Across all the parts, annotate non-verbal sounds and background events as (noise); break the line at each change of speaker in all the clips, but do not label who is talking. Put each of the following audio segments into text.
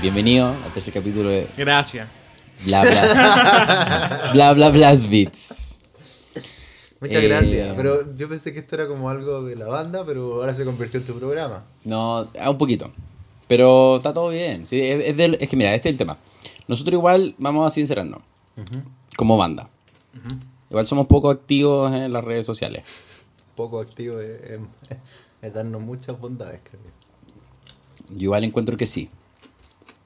bienvenido al tercer capítulo de
Gracias.
Bla Bla. (laughs) bla Bla Blas Beats.
Muchas
Eh,
gracias. Pero yo pensé que esto era como algo de la banda, pero ahora se convirtió en tu programa.
No, ah, un poquito. Pero está todo bien. sí, es, es del- es que mira, este es el tema. Nosotros igual vamos a sincerarnos. Como banda. Igual somos poco activos en las redes sociales.
Poco activo eh, en, (laughs) en darnos muchas bondades, creo.
Yo igual encuentro que sí.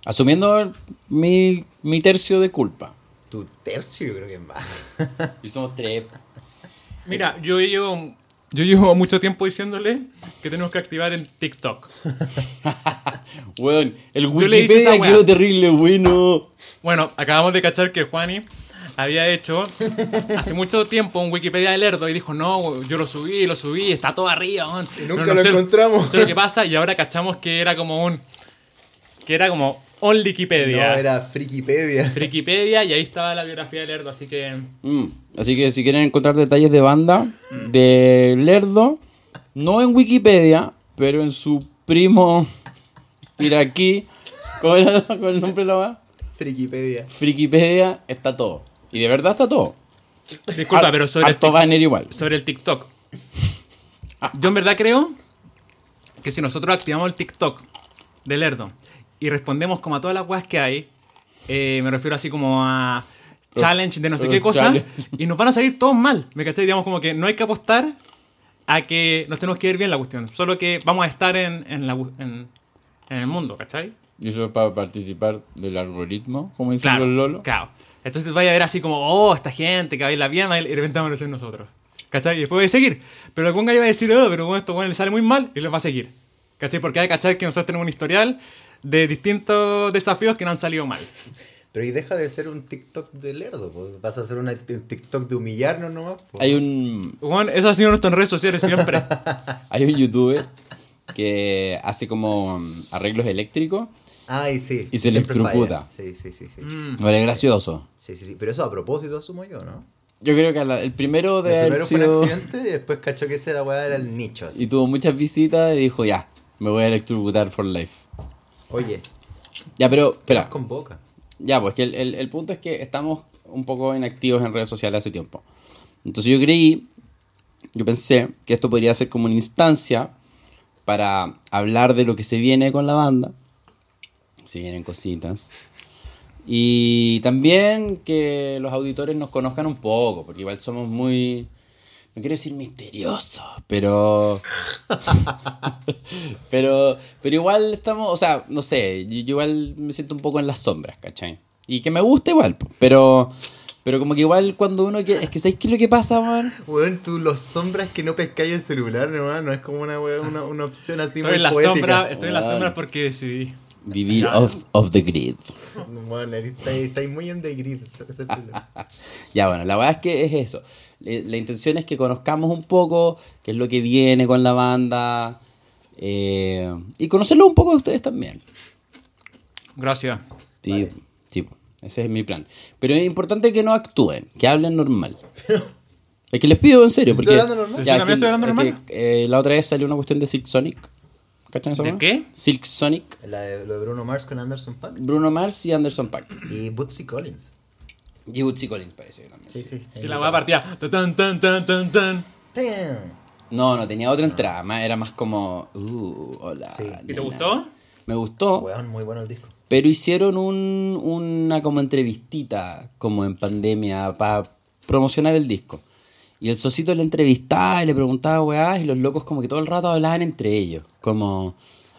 Asumiendo mi, mi tercio de culpa.
Tu tercio, yo creo que es más.
Y somos tres.
Mira, yo llevo, yo llevo mucho tiempo diciéndole que tenemos que activar el TikTok.
Weón, el
le he dicho
Wikipedia
esa weá.
quedó terrible, bueno.
Bueno, acabamos de cachar que Juani había hecho hace mucho tiempo un Wikipedia de Lerdo y dijo, no, yo lo subí, lo subí, está todo arriba. weón".
Y
No,
nunca
no
lo
sé-
encontramos.
no sé lo que pasa y ahora cachamos que era como un... Que era como All Wikipedia.
No, era Frikipedia. (laughs)
Frikipedia y ahí estaba la biografía de Lerdo, así que...
Mm, Así que si quieren encontrar detalles de banda, de Lerdo, no en Wikipedia, pero en su primo (laughs) iraquí, ¿cómo era (laughs) con el nombre de la weá?
Frikipedia.
Frikipedia, está todo. Y de verdad está todo.
Disculpa,
Har-
pero sobre este- el,
harto banner igual.
sobre el TikTok. Yo en verdad creo que si nosotros activamos el TikTok de Lerdo y respondemos como a todas las weas que hay, eh, me refiero así como a challenge de no sé
eh,
qué cosa,
challenge.
y nos van a salir todos mal. ¿Me cachai? Digamos como que no hay que apostar a que nos tenemos que ir bien la cuestión. Solo que vamos a estar en, en la bu- en- en el mundo, ¿cachai?
Y eso es para participar del algoritmo, como dicen
Claro,
los lolos.
claro. Entonces vaya a ver así como, oh, esta gente que baila bien, y de repente vamos a ser nosotros. ¿Cachai? Y después voy a seguir. Pero algún gallo va a decir, oh, pero bueno, esto bueno, le sale muy mal y los va a seguir. ¿Cachai? Porque hay que cachar que nosotros tenemos un historial de distintos desafíos que no han salido mal.
Pero y deja de ser un TikTok de lerdo, po. vas a hacer una- un TikTok de humillarnos nomás. po.
Hay un,
Bueno, eso ha sido nuestro en redes sociales
(laughs)
siempre.
hay un youtuber que hace como mm, arreglos eléctricos.
Ay, sí.
Y se
Siempre
electrocuta.
falla. Sí, sí, sí, sí.
Mm.
Vale, gracioso.
Sí, sí, sí. Pero eso a propósito asumo yo, ¿no?
Yo creo que la- el primero de
El
haber
primero fue
sido-
un accidente y después cachó que esa era weá era el nicho. así.
Y tuvo muchas visitas y dijo, ya, me voy a electrocutar for life.
Oye,
Ya, pero, espera.
vas con boca.
Ya, pues que el, el- el punto es que estamos un poco inactivos en redes sociales hace tiempo. Entonces yo creí, yo pensé que esto podría ser como una instancia para hablar de lo que se viene con la banda. Se vienen cositas. Y también que los auditores nos conozcan un poco, porque igual somos muy... No quiero decir misteriosos, pero... Pero, pero igual estamos, o sea, no sé, yo, yo igual me siento un poco en las sombras, ¿cachai? Y que me gusta igual, po, pero, pero como que igual cuando uno quiere, es que ¿sabéis qué es lo que pasa, man?
Weón, tú los sombras que no pescáis el celular, hermano, no es como una, weá- una, una opción así
Estoy
muy
en la
poética.
sombra, estoy en la
Bueno.
sombra porque decidí.
Vivir off, off the grid.
(laughs) Weón, ahí estáis estáis muy en the grid. ese es el problema.
Ya, bueno, la verdad es que es eso. Le- La intención es que conozcamos un poco qué es lo que viene con la banda eh, y conocerlo un poco a ustedes también.
Gracias.
Sí, sí, po. ese es mi plan. Pero es importante que no actúen, que hablen normal. Es que les pido en serio,
Estoy
porque.
hablando normal.
Yo también estoy hablando
es que,
normal.
eh, la otra vez salió una cuestión de Silk Sonic. ¿Cachan esa
¿De
weá?
qué?
Silk Sonic,
La de- lo de Bruno Mars con Anderson Paak
Bruno Mars y Anderson Pack.
y Bootsy Collins.
Y Bootsy Collins parece que también.
Sí,
sí.
sí.
Y la wea partía. Tan, tan, tan, tan, tan.
Damn.
No, no, tenía otra entrada, más- era más como. Uh, hola.
Sí.
¿Y te
nena.
gustó?
Me gustó.
Weón, muy bueno el disco.
Pero hicieron un- una como entrevistita, como en pandemia, para promocionar el disco. Y el Sosito le entrevistaba y le preguntaba weás, y los locos como que todo el rato hablaban entre ellos. Como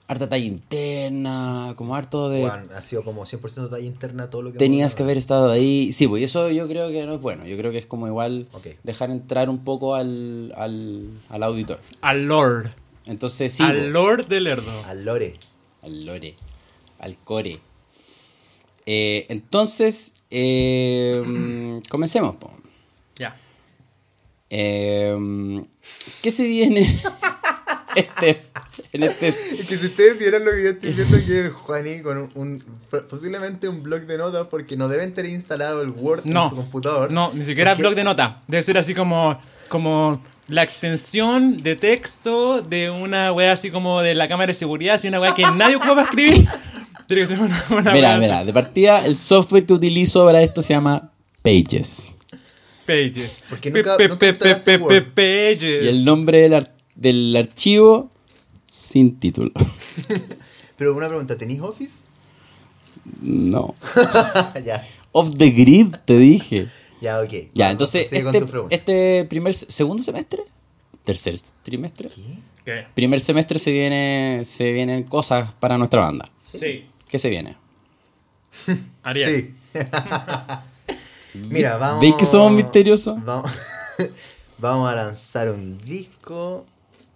harta talla interna, como harto de...
Weón, ha sido como 100% talla interna todo lo que...
Tenías que
hablado.
haber estado ahí. Sí, pues y eso yo creo que no es bueno. Yo creo que es como igual
Ok.
dejar entrar un poco al, al, al auditor.
Al Lord.
Entonces sí. pues.
Al Lord de Lerdo.
Al Lore.
al lore, al core. Eh, entonces, eh, mm, comencemos. po.
Ya.
Eh, ¿Qué se viene (laughs) este, en este...
(laughs) Es que si ustedes vieran lo que yo estoy viendo aquí el Juani con un, un- posiblemente un blog de notas porque no deben tener instalado el Word en
No,
su computador.
no, ni siquiera
Porque-
blog de nota. Debe ser así como, como la extensión de
(laughs)
texto de una wea así como de la cámara de seguridad, así una wea que nadie ocupa para escribir. Tiene que ser una, una
Mira,
wea
mira, de partida, el software que utilizo para esto se llama Pages.
así. Pages.
Porque nunca-
Pe-
nunca
pe-
instalaste
pe-
Word.
pe- Pages.
Y el nombre del, ar- del archivo, sin título. (laughs)
Pero una pregunta, ¿tenéis Office? (laughs)
No.
ya,
Off the grid, te dije.
ya, ok.
Ya,
Vamos,
entonces,
sigue con
este,
tu pregunta.
este primer, se- segundo semestre, tercer trimestre,
¿Qué?
¿Qué?
primer semestre se, viene, se vienen cosas para nuestra banda.
Sí.
¿Qué se viene?
Ariel.
(laughs)
Sí. Mira, vamos.
¿Veis que somos misteriosos?
Vamos, (laughs) vamos a lanzar un disco.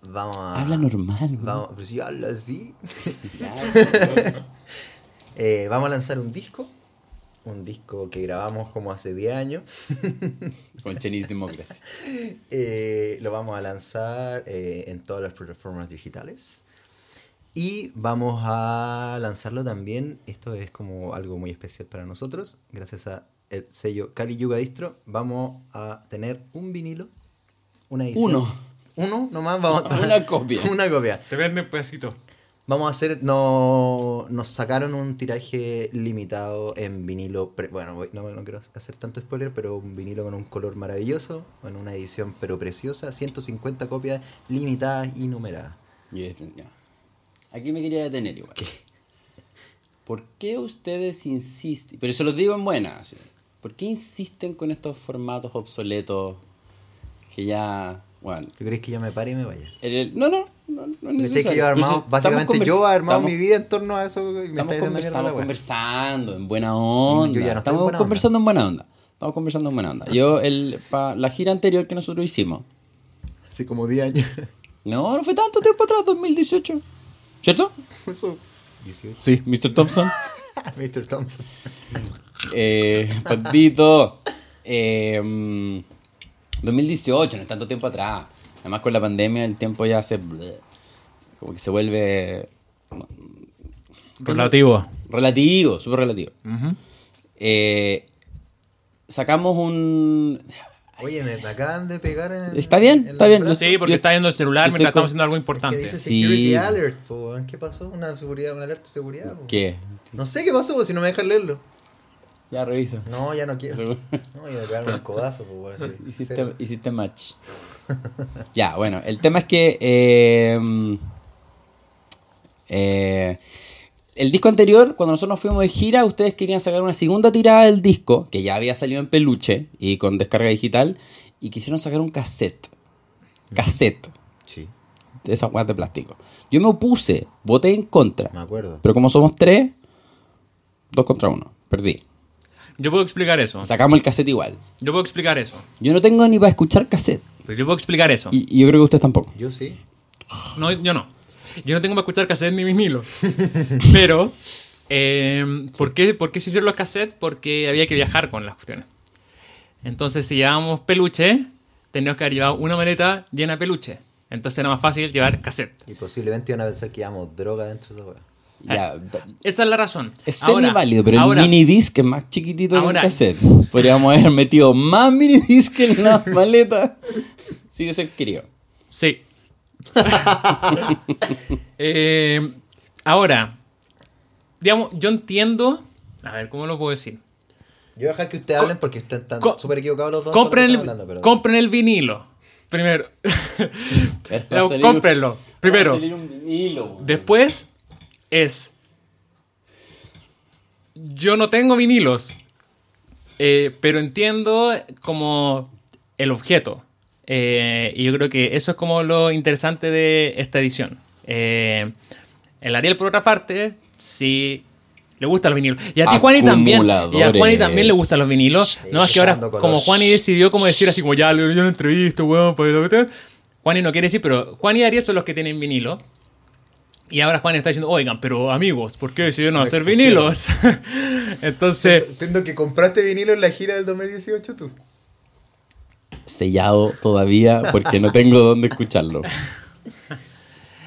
Vamos a.
Habla normal. güey.
Ah, Vamos, pero si habla así.
Ya,
Eh, vamos a lanzar un disco. Un disco que grabamos como hace 10 años.
Con Chinese Democracy.
Eh, lo vamos a lanzar eh, en todas las plataformas digitales. Y vamos a lanzarlo también. Esto es como algo muy especial para nosotros. Gracias a el sello Cali Yuga Distro, vamos a tener un vinilo. Una edición.
Uno.
Uno nomás vamos
(laughs)
a
Una copia.
(laughs) Una copia.
Se venden pedacitos.
Vamos a hacer, no, nos sacaron un tiraje limitado en vinilo, pre- bueno, voy- no, no quiero hacer tanto spoiler, pero un vinilo con un color maravilloso, con una edición pero preciosa, 150 copias limitadas y numeradas.
Y es- ya. Aquí me quería detener igual. ¿Por qué ustedes insisten? Pero se los digo en buena. sí. ¿Por qué insisten con estos formatos obsoletos que ya... Bueno,
¿Tú crees que yo me pare y me vaya?
el- el- no, no, no, no es
¿Cachai
necesario.
que yo he armado-
Entonces,
básicamente
estamos
yo he armado
convers-
mi vida en torno a eso y me
Estamos,
estáis
estamos
dando
conver-
mierda
estamos
la wea.
conversando en buena onda.
Yo ya no estoy en
estamos
buena
conversando en buena onda. Estamos conversando en buena onda. Yo, el, pa- la gira anterior que nosotros hicimos,
Hace como 10 años. (laughs)
no, no fue tanto tiempo atrás, 2018. ¿Cierto?
Eso. 18.
Sí, Mr. Thompson.
Mr. Ah, Thompson.
(laughs) Eh, Pandito. Eh, mm, 2018, no es tanto tiempo atrás. Además, con la pandemia, el tiempo ya se. bleh, como que se vuelve.
Relativo.
relativo, súper relativo. Eh, sacamos un.
Oye, me, me acaban de pegar en el-
Está bien,
en la
está bien, yo-
plaza.
Sí, porque
yo-
está viendo el celular
yo
mientras
estoy con-
estamos haciendo algo
Es que
importante.
dice
Sí.
security alert, po, weón. ¿qué pasó? Una seguridad, una alerta de seguridad. po.
¿Qué?
No sé qué pasó, po, si no me dejan leerlo.
Ya revisa.
No, ya no quiero. (laughs)
Seguro.
No, y me pegaron un codazo, po, weón,
(laughs)
así,
Hiciste,
cero.
hiciste
(laughs)
match. ya, bueno, el tema es que. eh, mm, eh, el disco anterior, cuando nosotros nos fuimos de gira, ustedes querían sacar una segunda tirada del disco, que ya había salido en peluche y con descarga digital, y quisieron sacar un cassette. Cassette.
Sí,
De esas guas de plástico. Yo me opuse, voté en contra.
me acuerdo.
Pero como somos tres, dos contra uno. Perdí.
Yo puedo explicar eso.
Sacamos el cassette igual.
Yo puedo explicar eso.
Yo no tengo ni para escuchar cassette.
Pero yo puedo explicar eso.
Y, y yo creo que ustedes tampoco.
Yo sí.
No, yo no. Yo no tengo para escuchar cassette ni vinilo. (laughs) Pero, eh, ¿por, qué, ¿por qué se hicieron los cassettes? Porque había que viajar con las cuestiones. Entonces, si llevábamos peluche, teníamos que haber llevado una maleta llena de peluche. Entonces era más fácil llevar cassette.
Y posiblemente iban a pensar que íbamos droga dentro de esa weá.
Ya,
Esa es la razón.
es
Eh, Ahora-
semi-válido, pero
ahora-
el mini disc es más chiquitito que
ahora-
el cassette. Podríamos haber metido más mini disc en
(laughs)
la maleta si hubiese querido.
Sí. (laughs) Eh, ahora, digamos, yo entiendo. A ver, ¿cómo lo puedo decir?
Yo voy a dejar que ustedes hablen porque están tan
co-
súper equivocados los dos.
Compren
con
el,
lo que están hablando, pero-
compren el vinilo. Primero.
Va a
No,
salir-
cómprenlo.
va
Primero.
a salir un vinilo, weón.
Después es. Yo no tengo vinilos. eh, pero entiendo como el objeto. Eh, y yo creo que eso es como lo interesante de esta edición. Eh, el Ariel, por otra parte, sí le gustan los vinilos. Y a ti, Juani, también. Y a Juani
Acumuladores.
también le gustan los vinilos. No, es que ahora,
Ando con
como
los-
Juani decidió como decir así como ya, yo no entrevisto, weón, pues lo que te... Juani no quiere decir, pero Juan y Ariel son los que tienen vinilo. Y ahora Juan está diciendo, oigan, pero amigos, ¿por qué decidieron hacer vinilos? (laughs) Entonces,
Siendo- Siendo que compraste vinilo en la gira del 2018 tú.
Sellado todavía porque no tengo dónde escucharlo.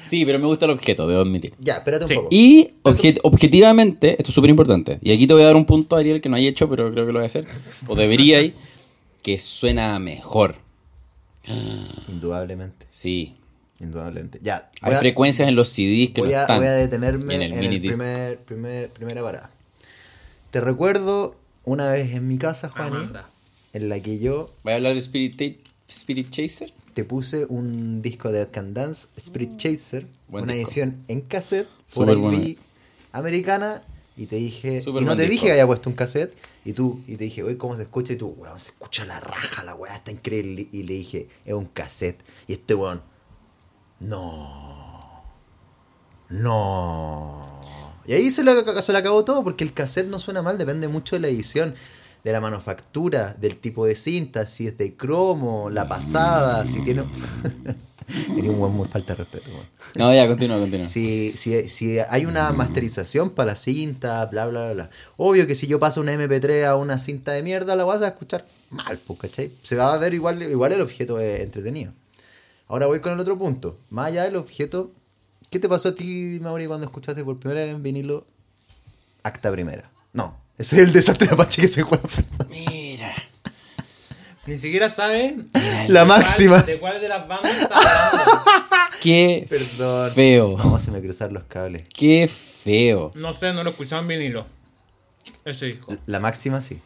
Sí, pero me gusta el objeto, debo admitir.
Ya, espérate un
Sí.
poco.
Y obje- objetivamente, esto es súper importante, y aquí te voy a dar un punto, Ariel, que no hay hecho, pero creo que lo voy a hacer, o debería ir, que suena mejor.
Indudablemente.
Sí,
Indudablemente. Ya.
Hay
voy a-
frecuencias en los CDs que
voy,
no
a,
están.
voy a detenerme
en
en
el
el,
mini disc.
primer, primer- primera parada. Te recuerdo una vez en mi casa, Juani,
Amanda.
en la que yo
¿Voy a hablar de Spirit, Ta- Spirit Chaser?
te puse un disco de Dead Can Dance, Spirit Chaser,
Buen
una
disco.
edición en cassette, por
Súper buena.
ID americana, y te dije,
Súper
y no
buen
te
disco.
dije que había puesto un cassette, y tú, y te dije, oye, ¿cómo se escucha? Y tú, weón, se escucha la raja, la weá está increíble, y le dije, es un cassette, y este weón, no, no. Y ahí se le, se le acabó todo, porque el cassette no suena mal, depende mucho de la edición. De la manufactura, del tipo de cinta, si es de cromo, la pasada, si (laughs) tiene. Tenía un buen muy falta de respeto. weón.
No, ya, continúa, continúa.
Si, si, si hay una masterización para la cinta, bla, bla, bla, bla. Obvio que si yo paso una MP3 a una cinta de mierda, la vas a escuchar mal, pues, ¿cachai? Se va a ver igual, igual el objeto es entretenido. Ahora voy con el otro punto. Más allá del objeto, ¿qué te pasó a ti, Mauri, cuando escuchaste por primera vez en vinilo Acta Primera? No, ese es el desastre Apache que se juega. (laughs)
Mira.
Ni siquiera sabe.
La máxima.
¿De cuál de las bandas está hablando.
Qué
Perdón.
feo.
No, se me cruzaron los cables.
Qué feo.
No sé, no lo escuchaba en vinilo. Ese disco.
La máxima, sí.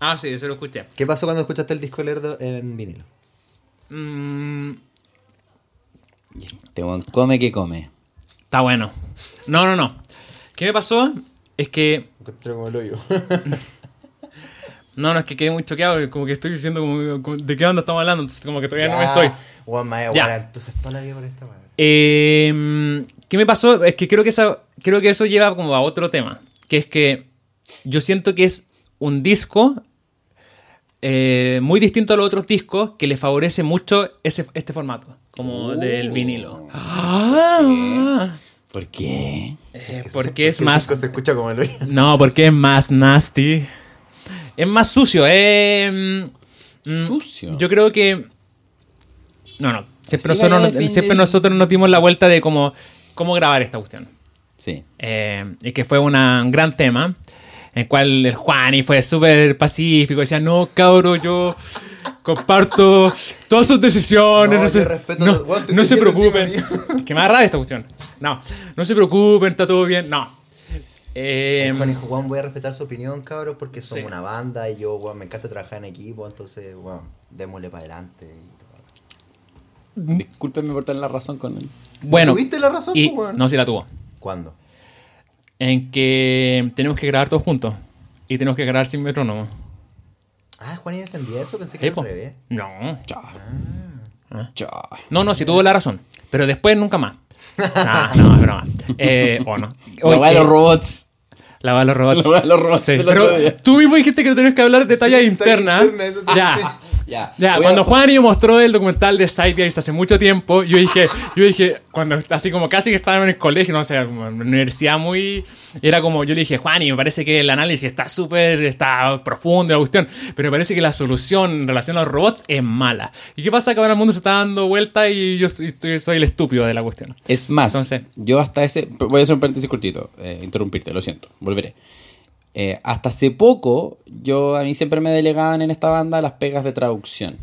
Ah, sí, eso lo escuché.
¿Qué pasó cuando escuchaste el disco Lerdo en vinilo?
Mm,
Te Este weón come que come.
está bueno. No, no, no. ¿Qué me pasó? Es que.
Encontré como el hoyo.
No, no, es que quedé muy choqueado. y Como que estoy diciendo como, como- de qué banda estamos hablando. Entonces, como que todavía no me estoy.
Weón, mae,
Ya.
weón, entonces toda la vida por esta weá.
Eh, ¿Qué me pasó? Es que creo que, esa, creo que eso lleva como a otro tema. Que es que yo siento que es un disco eh, muy distinto a los otros discos que le favorece mucho ese, este formato, como
Oh.
del vinilo. Ah.
¿Por qué?
Eh,
Que se-
porque es
que el
más...
disco se escucha como
(laughs)
el hoyo.
No, porque es más nasty. Es más sucio. Eh, mm,
Sucio.
Yo creo que. No, no. Siempre,
Así vaya a
nosotros, nos-
defender-
siempre nosotros nos dimos la vuelta de cómo, cómo grabar esta cuestión.
Sí.
Eh, y que fue una- un gran tema. En el cual el Juani fue súper pacífico. Decía, no, cabro, yo comparto todas sus decisiones.
No,
No,
yo
se,
respeto
no-
los- weón, te
no
estoy
se
viendo
preocupen. (laughs)
encima
que me da rabia esta cuestión. No, no se preocupen, está todo bien. No. Eh,
Juan dijo, Juan, voy a respetar su opinión, cabros, porque somos
Sí.
una banda y yo, weón, me encanta trabajar en equipo, entonces, weón, démosle para adelante. y todo.
Discúlpeme por tener la razón con él.
Bueno,
¿Tuviste la razón,
y,
po, weón?
no, si la tuvo.
¿Cuándo?
En que tenemos que grabar todos juntos. Y tenemos que grabar sin metrónomo.
Ah, Juan, ¿y defendía eso? Pensé que
Sí,
era
po.
al revés.
No.
Cha. Cha.
No, no, si tuvo la razón. Pero después
(laughs)
nunca más. No, no, es broma. Eh, o no. O
La weá de
que-
los robots.
la va a los robots.
La va a los robots
Sí,
del otro
Pero
día.
tú mismo dijiste que tenías que hablar de talla
talla
interna.
interna, eso te
Ya.
Ya.
Ya,
Voy
cuando
a-
Juan y yo mostró el documental de Sideways hace mucho tiempo, yo dije, yo dije, cuando así como casi que estaba en el colegio, no sé, como en la universidad muy. Era como, yo le dije, Juan, y me parece que el análisis está súper, está profundo la cuestión, pero me parece que la solución en relación a los robots es mala. ¿Y qué pasa? Que ahora el mundo se está dando vuelta y yo soy, estoy- soy el estúpido de la cuestión.
Es más,
Entonces-
yo hasta ese. Voy a hacer un paréntesis cortito, eh, interrumpirte, lo siento, volveré. Eh, hasta hace poco, yo a mí siempre me delegaban en esta banda las pegas de traducción.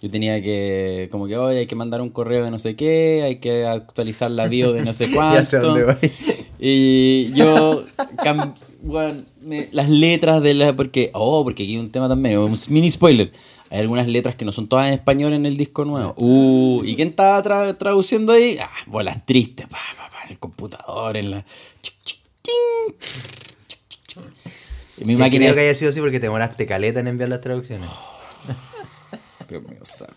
Yo tenía que, como que, hoy hay que mandar un correo de no sé qué, hay que actualizar la bio de no sé cuánto.
(laughs) Ya sé a dónde voy.
Y yo, cam- bueno, me- las letras de la... Porque, oh, porque aquí hay un tema también, un mini spoiler. Hay algunas letras que no son todas en español en el disco nuevo.
Ah.
Uh, ¿y quién estaba tra- traduciendo ahí? Ah, bolas tristes, pa, pa, pa, en el computador, en la... chic, chic, ting, chic, chic, chic, chic. Y mi
Yo
máquina...
creo que haya sido así porque te demoraste caleta en enviar
(gasps)
las traducciones.
Dios mío, santo.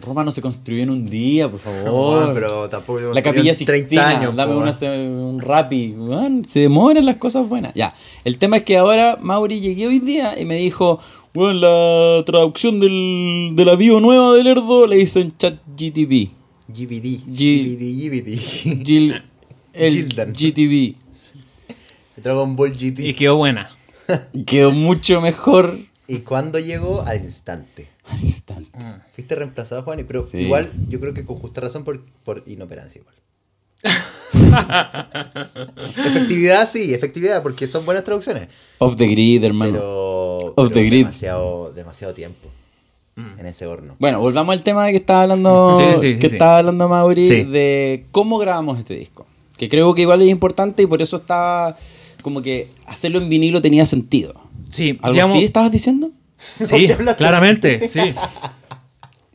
Roma no se construyó en un día, por favor.
Weón, pero tampoco te
La capilla
construyeron 30
Sixtina,
años,
dame
po,
una
weón.
se- un rapi, weón, se demoran las cosas buenas. Ya, el tema es que ahora Mauri llegué hoy día y me dijo, weón, la traducción del, de la bio nueva del Erdo le dicen chat GTP.
GBD.
G-
GBD, GBD.
Gil, el
Gildan.
GTP.
(laughs) Dragon Ball GT.
Y quedó buena.
Quedó mucho mejor (laughs)
¿Y cuándo llegó? Al instante.
al instante.
Fuiste reemplazado, Juan, y- pero
Sí.
igual yo creo que con justa razón por, por
(laughs)
inoperancia igual. efectividad sí, efectividad, porque son buenas traducciones.
Off the grid, hermano.
Pero,
Of
pero
the grid.
demasiado, demasiado tiempo. en ese horno.
Bueno, volvamos al tema de que estaba hablando,
(laughs) Sí, sí, sí, sí,
que
sí.
estaba hablando Mauri
Sí.
de cómo grabamos este disco. Que creo que igual es importante y por eso estaba como que hacerlo en vinilo tenía sentido.
Sí,
¿Algo
digamos-
así estabas diciendo?
Sí, claramente, sí.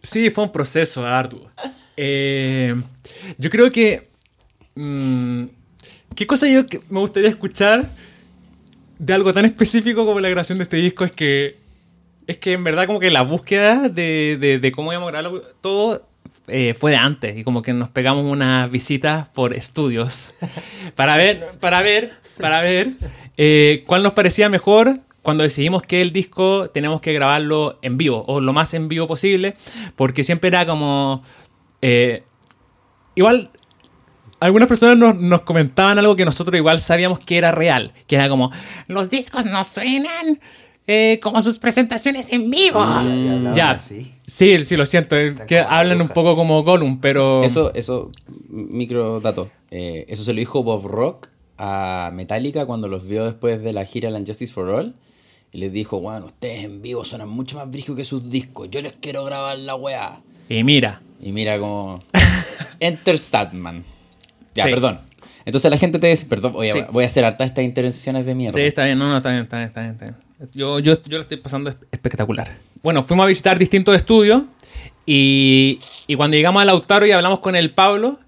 Sí, fue un proceso arduo. Eh, yo creo que... mm, ¿Qué cosa yo que me gustaría escuchar de algo tan específico como la grabación de este disco? Es que, es que en verdad como que la búsqueda de, de- de cómo íbamos a grabarlo, todo eh, fue de antes. Y como que nos pegamos unas visitas por estudios para ver, para ver, para ver eh, cuál nos parecía mejor cuando decidimos que el disco teníamos que grabarlo en vivo o lo más en vivo posible, porque siempre era como... eh, igual, algunas personas nos, nos comentaban algo que nosotros igual sabíamos que era real, que era como, los discos no suenan eh, como sus presentaciones en vivo. Ya,
(laughs) Sí.
sí, sí, lo siento, eh, que
como
hablan un
burbuja.
poco como Gollum, pero...
Eso, eso, micro dato. eh, eso se lo dijo Bob Rock a Metallica cuando los vio después de la gira Land Justice for All. Y les dijo, bueno, ustedes en vivo suenan mucho más brígidos que sus discos. Yo les quiero grabar la weá.
Y mira,
Y mira
(laughs)
como... Enter Statman. Ya,
Sí.
perdón. Entonces la gente te dice, perdón, voy a,
Sí.
voy a hacer hartas estas intervenciones de mierda.
Sí, está bien, no, no, está bien, está bien, está bien. está bien. Yo, yo, yo lo estoy pasando es- espectacular. Bueno, fuimos a visitar distintos estudios y, y cuando llegamos a Lautaro y hablamos con el Pablo,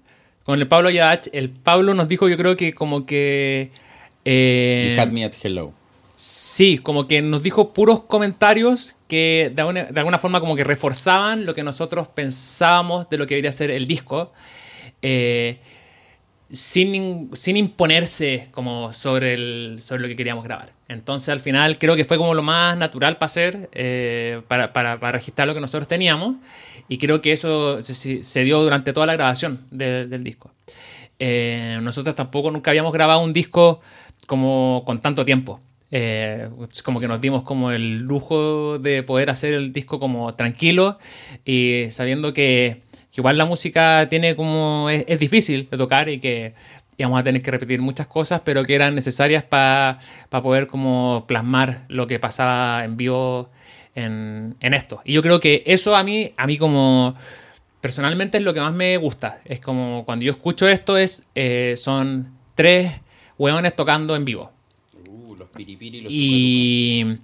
con el Pablo Yadach, el Pablo nos dijo, yo creo que como que... eh,
You had me at hello.
Sí, como que nos dijo puros comentarios que de alguna, de alguna forma como que reforzaban lo que nosotros pensábamos de lo que debería ser el disco, eh, sin, in- sin imponerse como sobre, el, sobre lo que queríamos grabar. Entonces al final creo que fue como lo más natural para hacer, eh, para, para- para registrar lo que nosotros teníamos, y creo que eso se- se, se dio durante toda la grabación de- del disco. Eh, nosotros tampoco nunca habíamos grabado un disco como con tanto tiempo. Eh, es como que nos dimos como el lujo de poder hacer el disco como tranquilo y sabiendo que, que igual la música tiene como es, es difícil de tocar y que íbamos a tener que repetir muchas cosas pero que eran necesarias para poder como plasmar lo que pasaba en vivo en, en esto y yo creo que eso a mí a mí como personalmente es lo que más me gusta. Es como cuando yo escucho esto es eh, son tres hueones tocando en vivo.
Uh, los piripiri,
Y,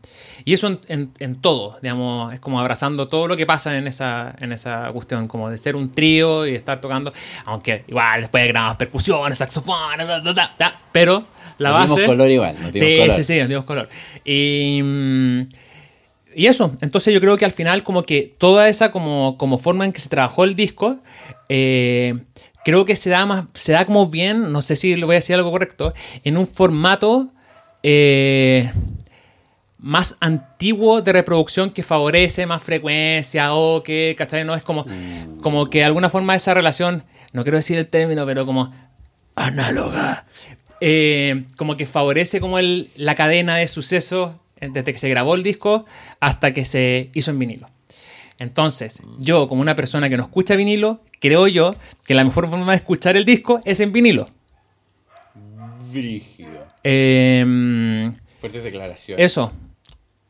y eso en, en- en todo, digamos, es como abrazando todo lo que pasa en esa, en esa cuestión, como de ser un trío y estar tocando, aunque igual después grabamos percusiones, saxofones, ta, ta, ta, ta, pero la
Nos dimos
base...
color igual, nos dimos
sí,
color.
sí, sí, nos dimos color. Y, mm, y eso, entonces yo creo que al final como que toda esa como, como forma en que se trabajó el disco, eh, creo que se da, más, se da como bien, no sé si lo voy a decir algo correcto, en un formato eh, más antiguo de reproducción que favorece más frecuencia o que, ¿cachai? No es como, como que de alguna forma esa relación, no quiero decir el término, pero como análoga, eh, como que favorece como el, la cadena de sucesos eh, desde que se grabó el disco hasta que se hizo en vinilo. Entonces, yo como una persona que no escucha vinilo, creo yo que la mejor forma de escuchar el disco es en vinilo.
Brígido.
Em,
Fuertes declaraciones.
eso,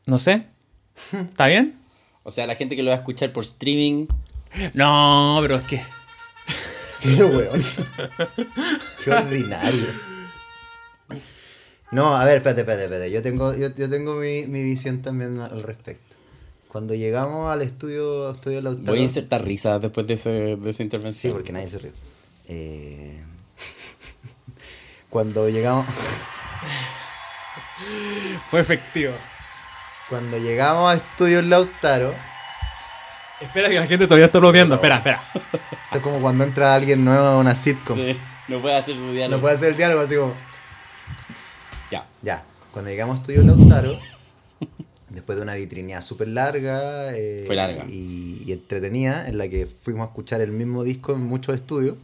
no sé, ¿está bien?
O sea, la gente que lo va a escuchar por streaming,
No, pero es que.
Pero, weón. Qué ordinario. No, a ver, espérate, espérate, espérate. Yo tengo, yo, yo tengo mi, mi visión también al respecto. Cuando llegamos al estudio, estudio Lautaro.
voy a insertar risas después de, ese- de esa
Sí,
intervención.
porque nadie se rió. Eh, Cuando llegamos.
Fue efectivo.
Cuando llegamos a Estudios Lautaro,
Espera que la gente todavía está aplaudiendo. Espera, espera. (laughs)
esto es como cuando entra alguien nuevo a una sitcom.
Sí, no puede hacer su diálogo.
No puede hacer el diálogo así como.
Ya.
Ya, cuando llegamos a Estudio Lautaro, después de una vitrineada súper larga, eh,
Fue larga.
Y, y entretenida, en la que fuimos a escuchar el mismo disco en muchos estudios,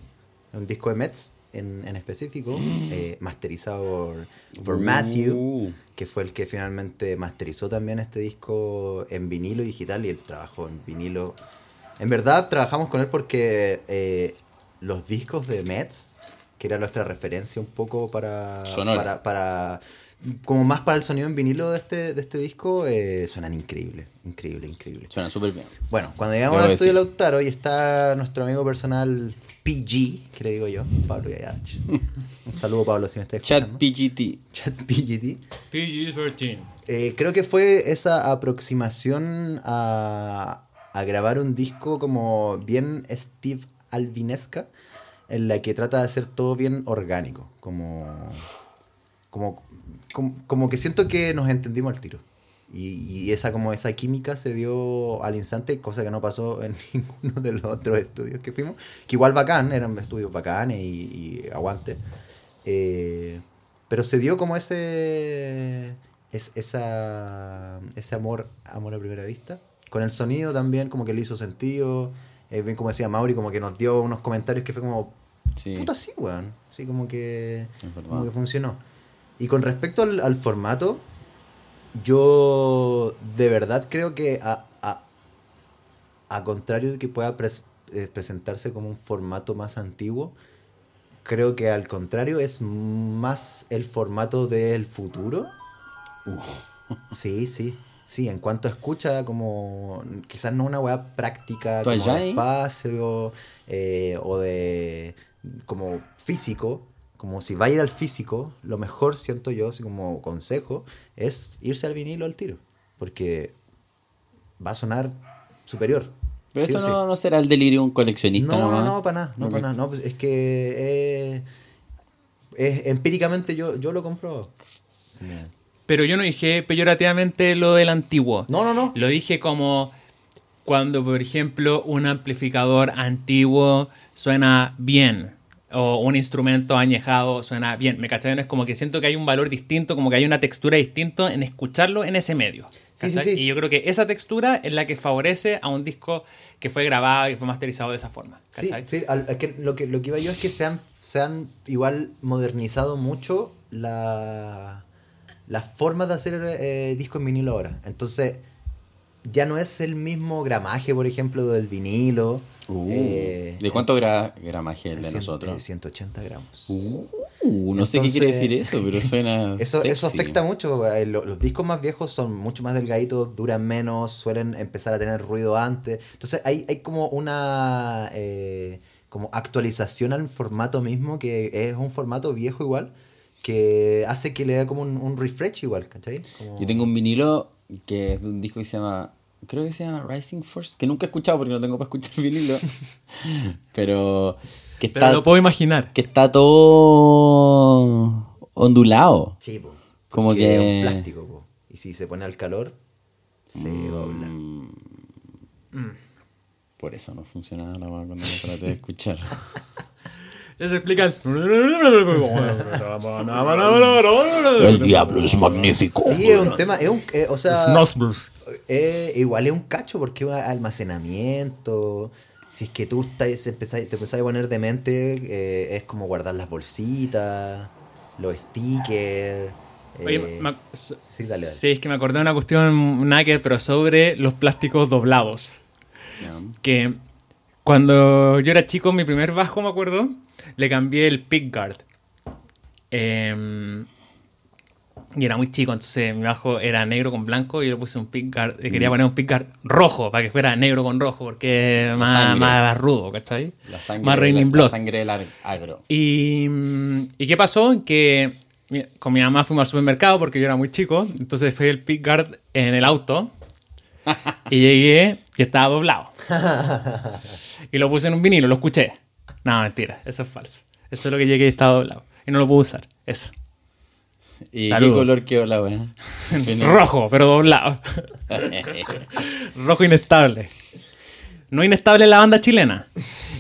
un disco de Mets en, en específico, eh, masterizado por, por Matthew,
Mm. Uh,
que fue el que finalmente masterizó también este disco en vinilo digital y el trabajo en vinilo. En verdad trabajamos con él porque eh, los discos de Mets, que era nuestra referencia un poco para,
Sonora.
para, para como más para el sonido en vinilo de este, de este disco, eh, suenan increíble, increíble, increíble.
Suena súper bien.
Bueno, cuando llegamos
Debo
al estudio
decir.
Lautaro y está nuestro amigo personal PG, que le digo yo,
(laughs)
Pablo Yayach. Un saludo, Pablo, si me estás
Chat
escuchando.
PGT.
Chat PGT.
PG-13.
Eh, creo que fue esa aproximación a, a grabar un disco como bien Steve Alvinesca, en la que trata de hacer todo bien orgánico, como, como, como, como que siento que nos entendimos al tiro. Y, y esa como esa química se dio al instante, cosa que no pasó (laughs) en ninguno de los otros estudios que fuimos, que igual bacán, eran estudios bacanes y, y aguante. Eh, pero se dio como ese. Es, esa, ese amor, amor a primera vista. Con el sonido también, como que le hizo sentido. Eh, bien como decía Mauri, como que nos dio unos comentarios que fue como.
Sí.
Puta sí, weón. Sí, como que.
Es verdad.
Como que funcionó. Y con respecto al, al formato, yo de verdad creo que a, a- a contrario de que pueda pres- eh, presentarse como un formato más antiguo, creo que al contrario es más el formato del futuro. Sí, sí. Sí, en cuanto a escucha, como quizás no una weá práctica,
¿Tú
como
allá,
de
eh?
espacio eh, o de como físico, como si va a ir al físico, lo mejor siento yo, así como consejo, es irse al vinilo al tiro, porque va a sonar superior.
Pero
sí
esto
o sí.
no, no será el delirio de un coleccionista
No,
nomás.
no, no, para nada, no,
Ok.
para nada. No, pues es que eh, es- empíricamente yo, yo lo compro.
Pero yo no dije peyorativamente lo del antiguo.
No, no, no.
Lo dije como cuando, por ejemplo, un amplificador antiguo suena bien. O un instrumento añejado suena bien. ¿Me cachai? No es como que siento que hay un valor distinto, como que hay una textura distinta en escucharlo en ese medio.
Sí, sí,
¿cachai?
sí.
Y yo creo que esa textura es la que favorece a un disco que fue grabado y fue masterizado de esa forma.
Sí,
¿cachai?
sí, al- es que lo, que lo que iba yo es que se han, se han igual modernizado mucho la, las formas de hacer eh, disco en vinilo ahora. Entonces, ya no es el mismo gramaje, por ejemplo, del vinilo.
Uh,
eh,
¿De cuánto gra gramaje el
en-
de
cien- eh,
nosotros?
180 gramos.
Uh, no sé qué quiere
Entonces-
decir eso, pero suena.
(laughs) Eso,
sexy.
eso afecta mucho. eh, lo- Los, discos más viejos son mucho más delgaditos, duran menos, suelen empezar a tener ruido antes. Entonces hay, hay como una eh, como actualización al formato mismo, que es un formato viejo igual, que hace que le dé como un, un refresh igual, ¿cachai? Como-
Yo tengo un vinilo que es de un disco que se llama. Creo que se llama Rising Force, que nunca he escuchado porque no tengo para escuchar vinilo.
(laughs)
pero. Que
Pero
está,
lo puedo imaginar.
que está todo. ondulado.
Sí, po,
Como
porque es un
que-
plástico, po, Y si se pone al calor, se dobla.
Mm.
Mm.
Por eso no funcionaba la weá cuando lo traté de
(laughs)
escuchar.
Eso explica el...
el diablo es magnífico.
Sí, es un tema, es un, eh, o sea...
Snosbrush.
Eh, igual es un cacho porque un almacenamiento. Si es que tú estás- empezás- te empezás a poner demente, eh, es como guardar las bolsitas, los stickers.
Oye,
eh,
me ac- so-
sí, dale, dale.
sí, es que me acordé de una cuestión, nada que, pero sobre los plásticos doblados. Que cuando yo era chico, mi primer bajo, me acuerdo, le cambié el pick guard. Em, y era muy chico, entonces mi bajo era negro con blanco y yo le puse un pick guard, eh,
Mm.
quería poner un pick guard rojo para que fuera negro con rojo, porque más,
sangre.
más rudo, ¿cachai?
La sangre,
más
la,
Raining
la
Blood.
sangre del ag- agro.
Y, mm, ¿y qué pasó? Que mi- con mi mamá fuimos al supermercado porque yo era muy chico. Entonces fui el pick guard en el auto. Y llegué y estaba doblado. Y lo puse en un vinilo, lo escuché. No, mentira, eso es falso. Eso es lo que llegué y estaba doblado. Y no lo pude usar. Eso.
¿Y qué
Saludos.
color quedó la
(laughs)
weá?
Rojo, pero doblado. Rojo inestable. No inestable en la banda chilena.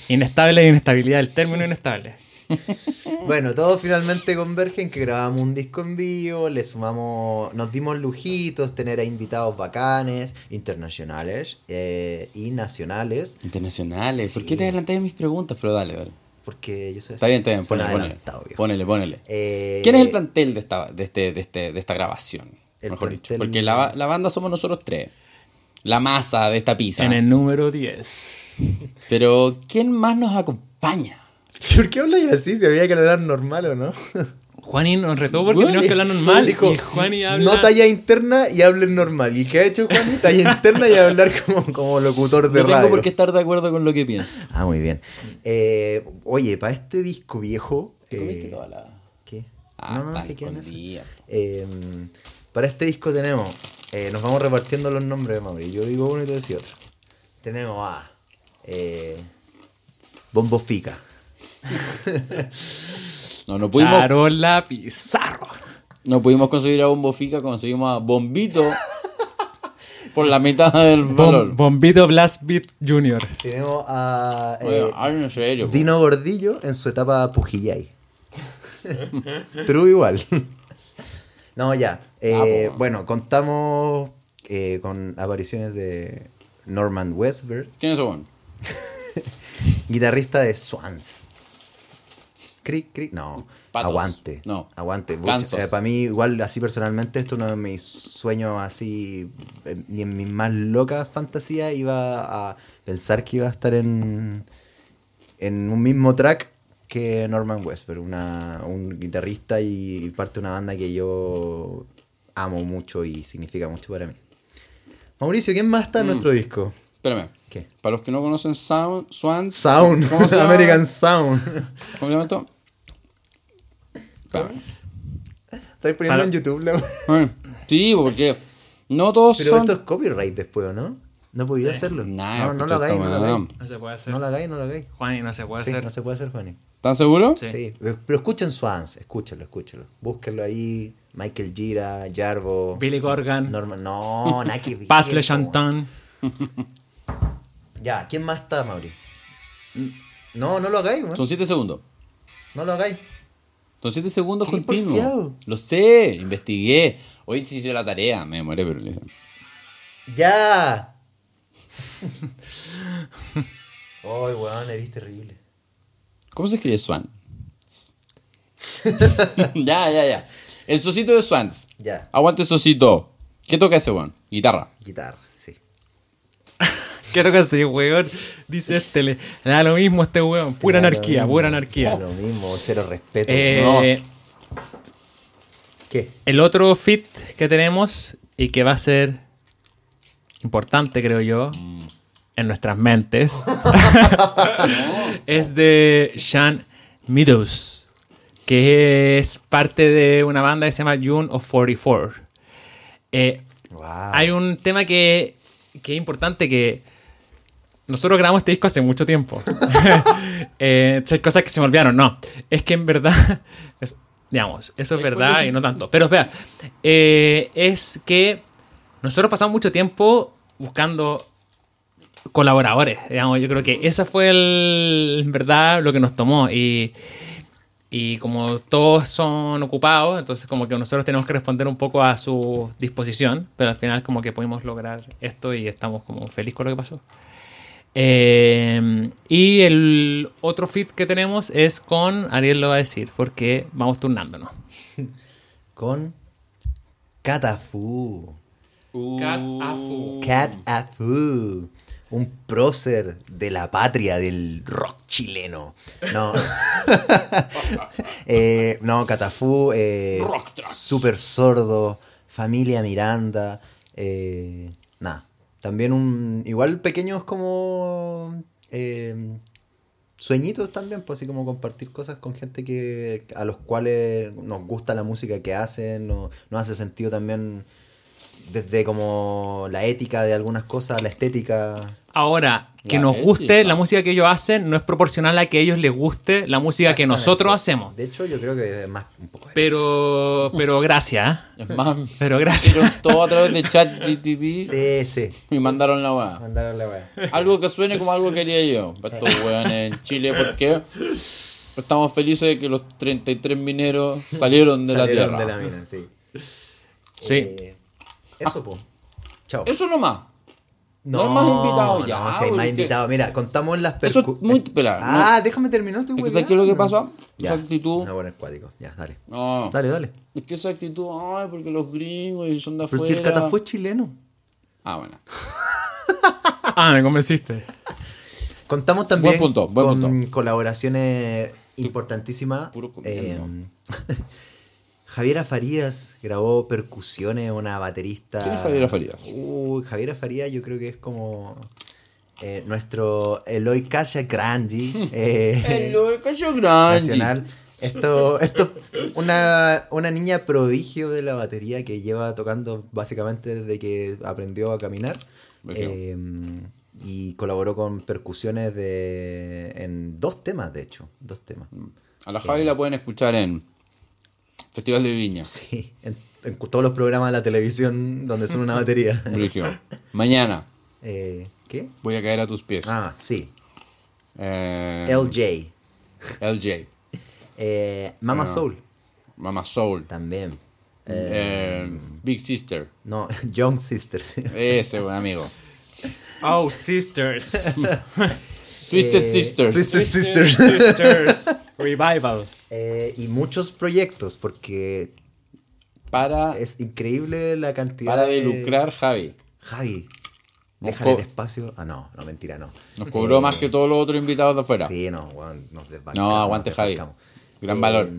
Inestable es inestabilidad del término inestable.
Bueno, todo finalmente converge en que grabamos un disco en vivo, le sumamos, nos dimos lujitos, tener a invitados bacanes, internacionales eh, y nacionales,
Internacionales. ¿Por
Sí.
qué te adelantáis a mis preguntas? Pero dale, dale.
porque yo soy
Está bien, está bien.
soy
Ponele, ponele.
adelantado, viejo.
Ponele, ponele.
Eh,
¿Quién es
(laughs)
el plantel de esta, de este, de este- de esta grabación?
El
Mejor dicho.
plantel-
Porque la, ba- la banda somos nosotros tres. La masa de esta pizza.
En el número 10.
Pero, ¿quién más nos acompaña?
¿Por qué hablas así? Se había que hablar normal o no. (laughs)
Juanín nos retó porque
Bueno,
tenemos que hablar normal. y Juanín habla.
No talla interna y hablen normal. ¿Y qué ha hecho Juanín? Talla interna y hablar como, como locutor de
No tengo
radio.
por qué estar de acuerdo con lo que
(laughs)
pienso.
Ah, muy bien. Eh, oye, para este disco viejo.
Te
eh,
comiste toda la.
¿Qué?
Ah,
no, no,
tan
sé quién es.
escondida, po.
Eh, para este disco tenemos. eh, nos vamos repartiendo los nombres, Mauri. Yo digo uno y tú decís otro. Tenemos a. Eh, Bombo Fica.
No, no pudimos,
Charola Pizarro.
no pudimos conseguir a Bombo Fica, conseguimos a
(laughs)
Bombito por la mitad del valor.
Bom- Bombito Blast Beat Jr.
Tenemos a. eh,
Oye, hablen en serio. po.
Dino Gordillo en su etapa Pujillay. (laughs) True igual. no, ya. Eh,
Ah, po.
bueno, contamos eh, con apariciones de Norman Westberg,
¿Quién es ese weón?
guitarrista de Swans. Cric, cric. No,
Patos.
aguante.
No.
aguante.
Gansos.
para mí, igual, así personalmente, esto es uno de mis sueños, así, eh, ni en mis más locas fantasías, iba a pensar que iba a estar en, en un mismo track que Norman Westberg, una, un guitarrista y parte de una banda que yo amo mucho y significa mucho para mí. Mauricio, ¿quién más
Mm.
está en nuestro disco?
Espérame.
¿Qué?
Para los que no conocen Sound, Swans.
Sound,
¿Cómo se
(laughs)
llama?
American Sound.
¿Cómo se llama esto? Espérame.
Estáis poniendo
Para-
en YouTube la
Eh, Sí, porque no todos
Pero
son.
esto es copyright después, ¿o no? No podía hacerlo.
Nah,
no, no
escucha
lo hagáis,
esta
no lo
weá.
hagáis.
No se puede hacer.
No lo hagáis, no lo hagáis.
Juanín, no se puede
Sí,
hacer.
no se puede hacer, Juani.
¿Están seguros?
Sí.
Sí, pero pero escuchen Swans, escúchenlo, escúchenlo. Búsquenlo ahí. Michael Gira, Jarbo.
Billy Corgan.
Norman, no,
(laughs)
Naki Bill,
Paz Le
po,
Chantan.
weón. Ya, ¿quién más está, Mauri?
Mm.
No, no lo hagáis, weón.
Son 7 segundos.
No lo hagáis.
Son 7 segundos
Qué
continuos.
porfiado.
Lo sé, investigué. Hoy sí hice la tarea, me demoré, pero le hice.
(laughs)
¡Ya! Ay, weón, eres terrible.
¿Cómo se escribe Swan? (laughs) ya, ya, ya. El socito de Swans.
Ya.
Aguante socito. ¿Qué toca ese weón? Guitarra.
Guitarra, sí.
Quiero que sí, weón. Dice este. Le le da lo mismo a este weón. Pura
Da lo
anarquía,
mismo,
pura
da
anarquía.
Lo mismo, cero respeto.
Eh,
¿Qué?
El otro fit que tenemos y que va a ser importante, creo yo, en nuestras mentes, (laughs) es de Sean Meadows, que es parte de una banda que se llama June of 44. Eh,
Wow.
hay un tema que, que es importante que nosotros grabamos este disco hace mucho tiempo. (laughs) eh, hay cosas que se me olvidaron, no. Es que en verdad, (laughs) es- digamos, eso es verdad y no tanto. Pero espera, eh, es que nosotros pasamos mucho tiempo buscando colaboradores. Digamos, yo creo que esa fue el, en verdad lo que nos tomó. Y, y como todos son ocupados, entonces como que nosotros tenemos que responder un poco a su disposición, pero al final como que pudimos lograr esto y estamos como felices con lo que pasó. Eh, y el otro fit que tenemos es con, Ariel lo va a decir, porque vamos turnándonos.
Con Catafu.
Catafu.
Catafu. Un prócer de la patria del rock chileno. No. Eh, no, Catafu. Eh,
Rock tracks.
Super sordo. Familia Miranda. Eh, Nada. También un. Igual pequeños como. eh, sueñitos también, pues así como compartir cosas con gente que a los cuales nos gusta la música que hacen, no- nos hace sentido también desde como la ética de algunas cosas, la estética.
Ahora, que
La
nos
ética.
guste la música que ellos hacen no es proporcional a que a ellos les guste la música que nosotros hacemos.
De hecho, yo creo que es más un poco.
Pero, pero gracias, ¿eh?
Es más,
pero
(laughs)
gracias.
hicieron todo a través de chat GTV
Sí, sí.
y mandaron la weá.
Mandaron la weá.
Algo que suene como algo que haría yo. Para estos hueones en Chile, porque estamos felices de que los 33 mineros salieron de
Salieron
la
de
tierra.
la mina, sí.
Sí.
Eh, eso, po. Chao.
Eso nomás. No hay más invitados ya,
No, si hay más
porque-
invitados. Mira, contamos las
Eso es
percu-
muy- espera,
Ah, déjame terminar. estoy
Es que, ¿sabes qué es lo que
hueveando.
pasa?
Ya.
Esa actitud-
Ah, bueno, es cuático. Ya, dale.
No.
Dale, dale.
Es que esa actitud, ay, porque los gringos y son de
Pero
afuera.
si el catafú es chileno.
Ah, bueno.
Ah, me convenciste.
Contamos también
Buen punto, buen
con
punto.
colaboraciones importantísimas.
Puro comiendo.
eh, (laughs) Javiera Farías grabó percusiones, una baterista.
¿Quién es Javiera Farías?
Uy, Javiera Farías yo creo que es como eh, nuestro Eloy
(laughs)
Cacha Grandi. eh, nacional. Esto, esto, una, una niña prodigio de la batería que lleva tocando básicamente desde que aprendió a caminar.
Imagino.
Eh, y colaboró con percusiones de, en dos temas, de hecho. Dos temas.
A la Javi la pueden escuchar en Festival de Viña.
Sí, en, en todos los programas de la televisión donde son una batería.
Brigio. Mañana
(laughs) Eh, ¿Qué?
voy a caer a tus pies.
Ah, sí.
Eh,
LJ.
LJ.
Eh, Mama
Ah.
Soul.
Mama Soul.
También.
Eh, Big Sister.
No, (laughs) Young Sisters. (laughs)
Ese buen amigo.
Oh, sisters. (laughs)
Twisted
Eh,
Sisters.
Twisted
sisters.
Sisters.
Revival.
Eh, y muchos proyectos, porque
Para,
es increíble la cantidad
Ah. para de lucrar, Javi.
Javi,
Nos
déjale el
co-
espacio. Ah, no, no, mentira, no.
Nos cobró más que todos los otros invitados de afuera.
Eh. Sí, no, weón, nos desbancamos.
No, aguante,
nos
Javi.
desbancamos.
Gran
Eh,
valor.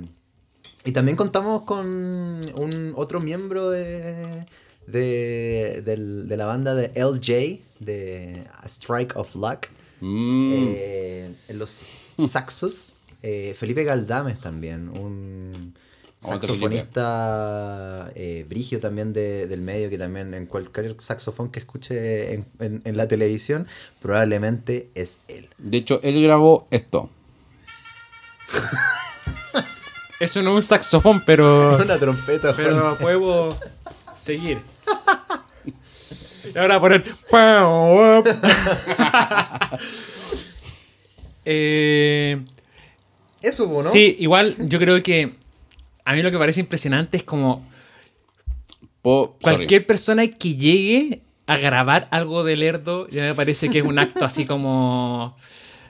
Y también contamos con un otro miembro de, de, del- de la banda de LJ, de A Strike of Luck,
Mm,
eh, en los saxos. Eh, Felipe Galdames también, un Oh,
Aguante,
saxofonista eh, brigio también de- del medio, que también en cualquier saxofón que escuche en, en- en la televisión, probablemente es (laughs) él.
De hecho, él grabó esto.
Eso no es un saxofón, pero.
Una trompeta, Juan.
Pero puedo seguir. Y ahora poner. ¡Pau! (laughs) eh.
Eso, ¿no?
Sí, igual yo creo que a mí lo que parece impresionante es como
Po- sorry.
cualquier persona que llegue a grabar algo de Lerdo, ya me parece que es un acto así como...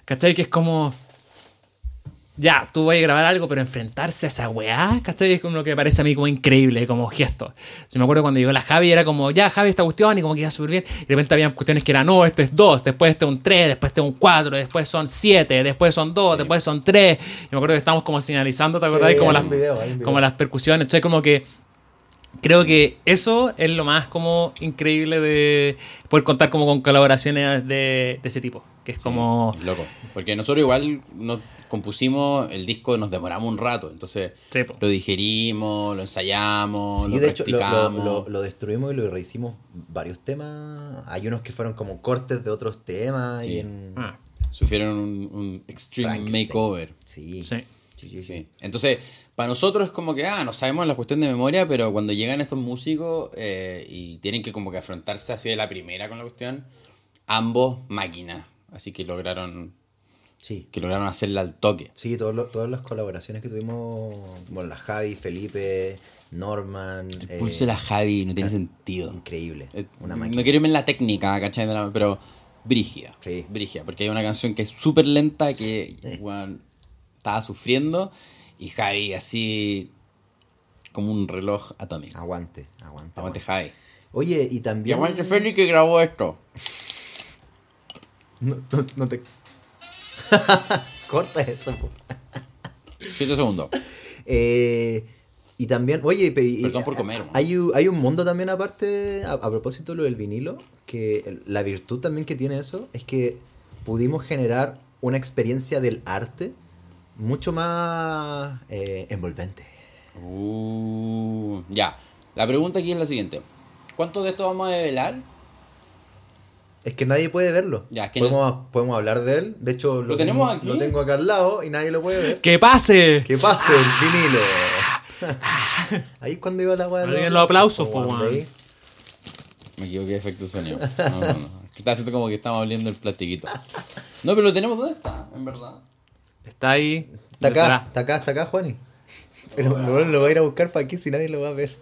¿Cachai? Que es como... Ya, tú vas a grabar algo, pero enfrentarse a esa weá, ¿cachai? Es como lo que me parece a mí como increíble, como gesto. Yo me acuerdo cuando llegó la Javi, era como, ya, Javi, esta cuestión, y como que iba súper bien. Y de repente había cuestiones que eran, no, este es 2, después este es un 3, después este es un 4, después son 7, después son 2, después son 3. Y me acuerdo que estábamos como señalizando, ¿te acordás?
Sí,
como
hay
las,
un video, hay un video.
como las percusiones. Entonces, como que Creo que eso es lo más como increíble de poder contar como con colaboraciones de, de ese tipo. Que es como...
(laughs) Loco. Porque nosotros igual nos compusimos el disco, nos demoramos un rato. Entonces
Sí, po.
lo digerimos, lo ensayamos,
Sí,
lo
de hecho, lo, lo-
practicamos.
lo- lo destruimos y lo rehicimos varios temas. Hay unos que fueron como cortes de otros temas.
Sí.
Y en...
Ah,
Sufrieron un, un extreme
Frankenstein.
makeover.
Sí.
sí.
Sí, sí, sí.
Sí. Entonces, para nosotros es como que, ah, no sabemos la cuestión de memoria, pero cuando llegan estos músicos eh, y tienen que como que afrontarse así de la primera con la cuestión, ambos máquinas. Así que lograron,
Sí.
que lograron hacerla al toque.
Sí, todos los- todas las colaboraciones que tuvimos, bueno, la Javi, Felipe, Norman.
El
eh,
pulso de la Javi no tiene sentido.
Increíble.
Eh,
Una
No
máquina.
quiero irme en la técnica, ¿cachai? De la- Pero brígida.
Sí.
Brígida, porque hay una canción que es súper lenta que weón, estaba sufriendo y Javi así como un reloj atómico.
Aguante, aguante.
Aguante
aguante.
Javi.
Oye, y
Y
también.
aguante Feli que grabó esto.
No, no- no te. (laughs) Corta eso, po.
Siete segundos.
Eh, y también, oye, pe- y- eh,
Perdón por comer, ¿no?
Hay, u- hay un mundo también aparte, a, a propósito de lo del vinilo, que el- la virtud también que tiene eso es que pudimos generar una experiencia del arte mucho más eh, envolvente.
Uh, ya. La pregunta aquí es la siguiente. ¿Cuántos de estos vamos a develar?
Es que nadie puede verlo.
Ya, es que
podemos, podemos hablar de él. De hecho, lo,
¿Lo tenemos
tengo,
aquí?
lo tengo acá al lado y nadie lo puede ver.
¡Que pase!
Que pase
(laughs)
el vinilo. Ahí es cuando iba la weá. de
Alguien los aplausos, po, weón.
¿veis?
Me equivoqué de efecto de sonido. No, no, no. Está haciendo como que estamos abriendo el plastiquito. No, pero lo tenemos ¿dónde está? En verdad.
Está ahí.
Está acá,
Detrás.
está acá, está acá, Juani. Pero lo, lo va a ir a buscar para aquí si nadie lo va a ver.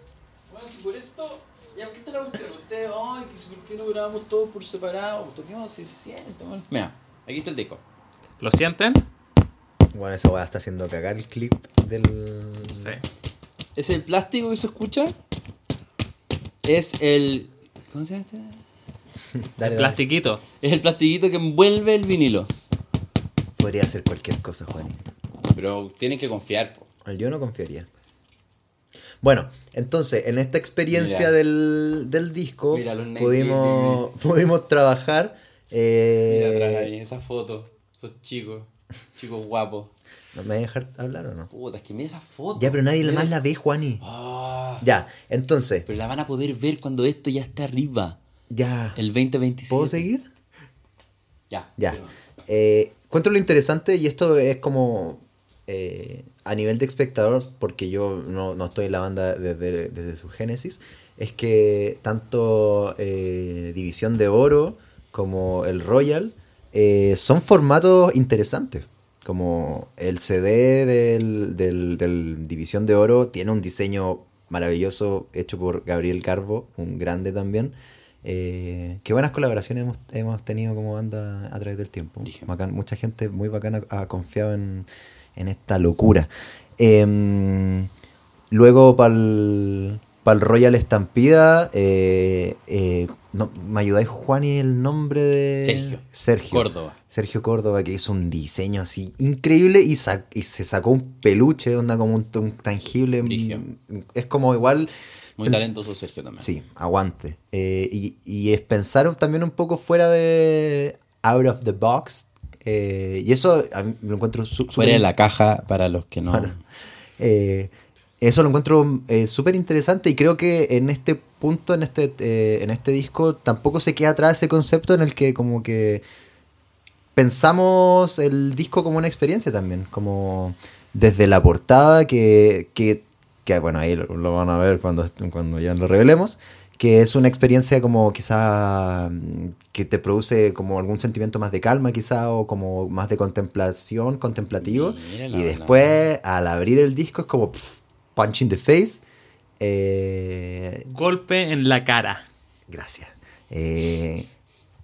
Bueno, si por esto, ya qué te la cuestión, ustedes, ay, que si por qué no grabamos todo por separado, toquemos si se siente, bueno. Mira, aquí está el disco.
¿Lo sienten?
Bueno, esa weá está haciendo cagar el clip del.
Sí.
Es el plástico que se escucha. Es el. ¿Cómo se llama este?
Dale, dale.
Plastiquito.
Es el plastiquito que envuelve el vinilo.
Podría hacer cualquier cosa, Juani.
Pero tienen que confiar, po.
Yo no confiaría. Bueno, entonces, en esta experiencia
Mira.
del, del disco,
Mira, los Nine
pudimos,
Inch
(laughs) pudimos trabajar.
Mira
eh,
atrás ahí, esa foto. Esos chicos. Chicos guapos.
¿No me vas a dejar hablar o no?
Puta, es que mira esa foto.
Ya, pero nadie
Mira.
más la ve, Juani.
Ah,
Ya, entonces,
pero la van a poder ver cuando esto ya está arriba.
ya.
El 2027.
¿Puedo seguir?
Ya.
Ya.
firma.
Eh, encuentro lo interesante y esto es como eh, a nivel de espectador, porque yo no, no estoy en la banda desde, desde su génesis, es que tanto eh, División de Oro como el Royal eh, son formatos interesantes. Como el CD del, del- del División de Oro tiene un diseño maravilloso hecho por Gabriel Carbo, un grande también. Eh, qué buenas colaboraciones hemos, hemos tenido como banda a través del tiempo.
Dije.
Bacán, mucha gente muy bacana ha confiado en, en esta locura. Em, luego para el Royal Estampida, eh, eh, no, ¿me ayudáis Juan y el nombre de
Sergio.
Sergio.
Córdoba.
Sergio Córdoba que hizo un diseño así increíble y, sa- y se sacó un peluche, onda como un, un tangible.
Brigio.
mm, Es como igual
Muy
Pens-
talentoso Sergio también.
Sí, aguante. Eh, y, y es pensar también un poco fuera de. out of the box. eh, y eso a mí lo encuentro su- súper.
Fuera de la caja para los que no.
Claro. Eh, eso lo encuentro eh, súper interesante y creo que en este punto, en este, eh, en este disco, tampoco se queda atrás ese concepto en el que como que pensamos el disco como una experiencia también, como desde la portada que, que, que, bueno, ahí lo, lo van a ver cuando, cuando ya lo revelemos, que es una experiencia como quizá mm, que te produce como algún sentimiento más de calma quizá o como más de contemplación, contemplativo.
Mira la-
y
la-
después al abrir el disco es como pff, punch in the face. Eh,
Golpe en la cara.
Gracias. Eh,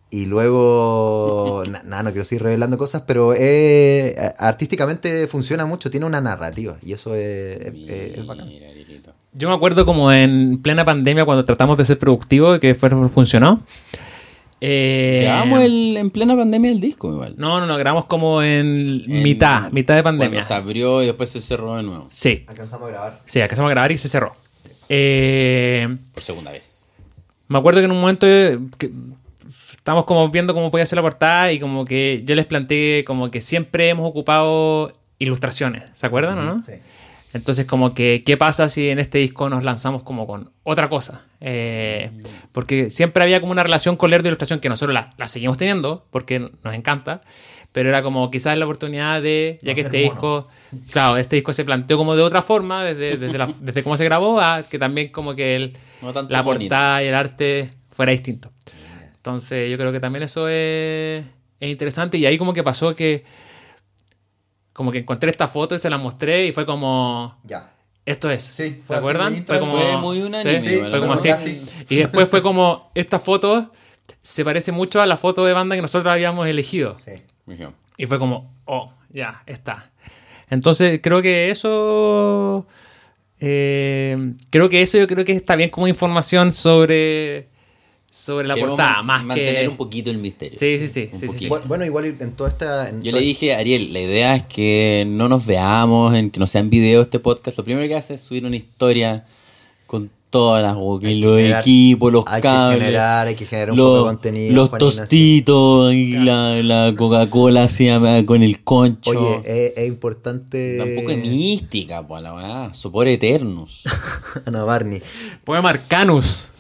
y luego, nada, no quiero seguir revelando cosas, pero eh, a- artísticamente funciona mucho, tiene una narrativa y eso es, es- eh, es- es bacán.
Mira, Dieguito.
Yo me acuerdo como en plena pandemia cuando tratamos de ser productivos y que fue, funcionó. Eh,
Grabamos el, en plena pandemia el disco igual.
No, no, no, grabamos como en,
En-
Mm, mitad, mitad de
Cuando
pandemia.
se abrió y después se cerró de nuevo.
Sí,
Alcanzamos a grabar.
sí, alcanzamos a grabar y se cerró. Eh,
Por segunda vez.
Me acuerdo que en un momento eh, que estábamos como viendo cómo podía ser la portada y como que yo les planteé como que siempre hemos ocupado ilustraciones, ¿se acuerdan o no?
Sí.
Entonces como que, ¿qué pasa si en este disco nos lanzamos como con otra cosa? Eh, porque siempre había como una relación con Lerdo de Ilustración que nosotros la, la seguimos teniendo porque nos encanta, pero era como quizás la oportunidad de, ya
No
que
ser
este
mono.
disco, claro, este disco se planteó como de otra forma, desde, desde,
(laughs)
la- desde cómo se grabó, a que también como que el,
No tanto
la
bonito.
portada y el arte fuera distinto. Entonces yo creo que también eso es, es interesante y ahí como que pasó que como que encontré esta foto y se la mostré y fue como
Ya.
esto es.
Sí,
¿Se
fue así muy
acuerdan? Fue como
Fue muy unánime,
sí,
Sí,
fue
fue
como así.
muy
Y después fue como esta foto se parece mucho a la foto de banda que nosotros habíamos elegido.
Sí.
Muy bien.
Y fue como, oh, ya, está. Entonces, creo que eso. eh, creo que eso yo creo que está bien como información sobre. Sobre la
Queremos
portada,
man-
más
mantener
que.
un poquito el misterio.
Sí, sí, sí,
Un
sí, sí, sí.
poquito.
Bu- Bueno, igual en toda esta. en
Yo le
toda-
dije, Ariel, la idea es que no nos veamos, en que no sean videos este podcast. Lo primero que hace es subir una historia con todas las
Hay que
los
generar-
equipos, los
hay
cables.
que generar, hay que generar un
los,
poco de contenido.
los
Juanina, sí.
tostitos y la, la Coca-Cola así a- con el concho.
Oye, eh, es, es importante.
Tampoco es
(laughs)
mística, pues, la verdad. Sopor eternus.
Ana Barney.
Poema Arcanus.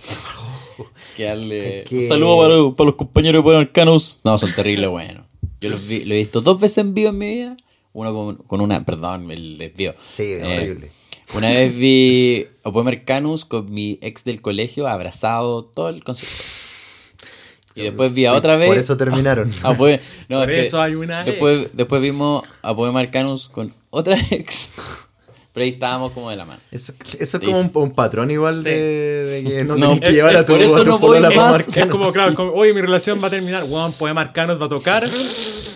que darle.
Hay que-
Un saludo para, los- para los compañeros de Polarcanus. No, son terribles, bueno. Yo los vi- lo he visto dos veces en vivo en mi vida. Uno con, con una, perdón, el desvío.
Sí, es
Eh,
horrible.
Una vez vi a Poemer Canus con mi ex del colegio abrazado todo el
(laughs)
concierto. Y después vi a otra vez. Ah.
Por eso terminaron.
a Poe- pues,
(laughs)
no,
Por
es que
eso hay una
después,
ex.
después vimos a Poemer Canus con otra (laughs) ex. Pero ahí estábamos como de la mano.
Eso, eso es como un, un patrón igual
Sí.
de, de que no,
(laughs) No,
tenés que
es-
llevar
es
a tu
por eso
a tu
no voy
polola pa'
más.
marcar.
Es como, claro, como, oye, mi relación va a terminar. Juan, Poema Arcanus va a tocar.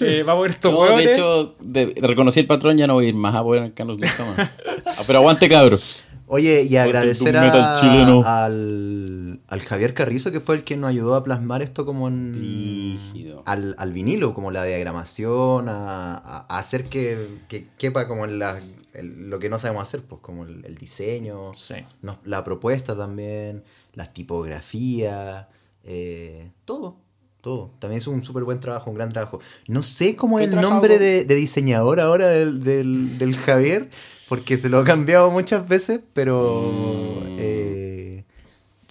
eh, va a ver estos
No,
hueones.
de hecho, de- reconocí el patrón, ya no voy a ir más a Poemer Canus nunca más. Ah, pero aguante, cabro.
Oye, y agradecer
doom metal
a-
chileno.
al, al Javier Carrizo, que fue el que nos ayudó a plasmar esto como en,
Brígido.
al, al vinilo, como la diagramación, a, a- a hacer que, que quepa como en las el- lo que no sabemos hacer, pues como el, el diseño,
Sí.
nos- la propuesta también, la tipografía, eh, todo, todo. También es un súper buen trabajo, un gran trabajo. No sé cómo
¿Qué
es el
trabajo
nombre
hago?
de, de diseñador ahora del, del- del Javier, porque se lo ha cambiado muchas veces, pero...
Mm.
eh,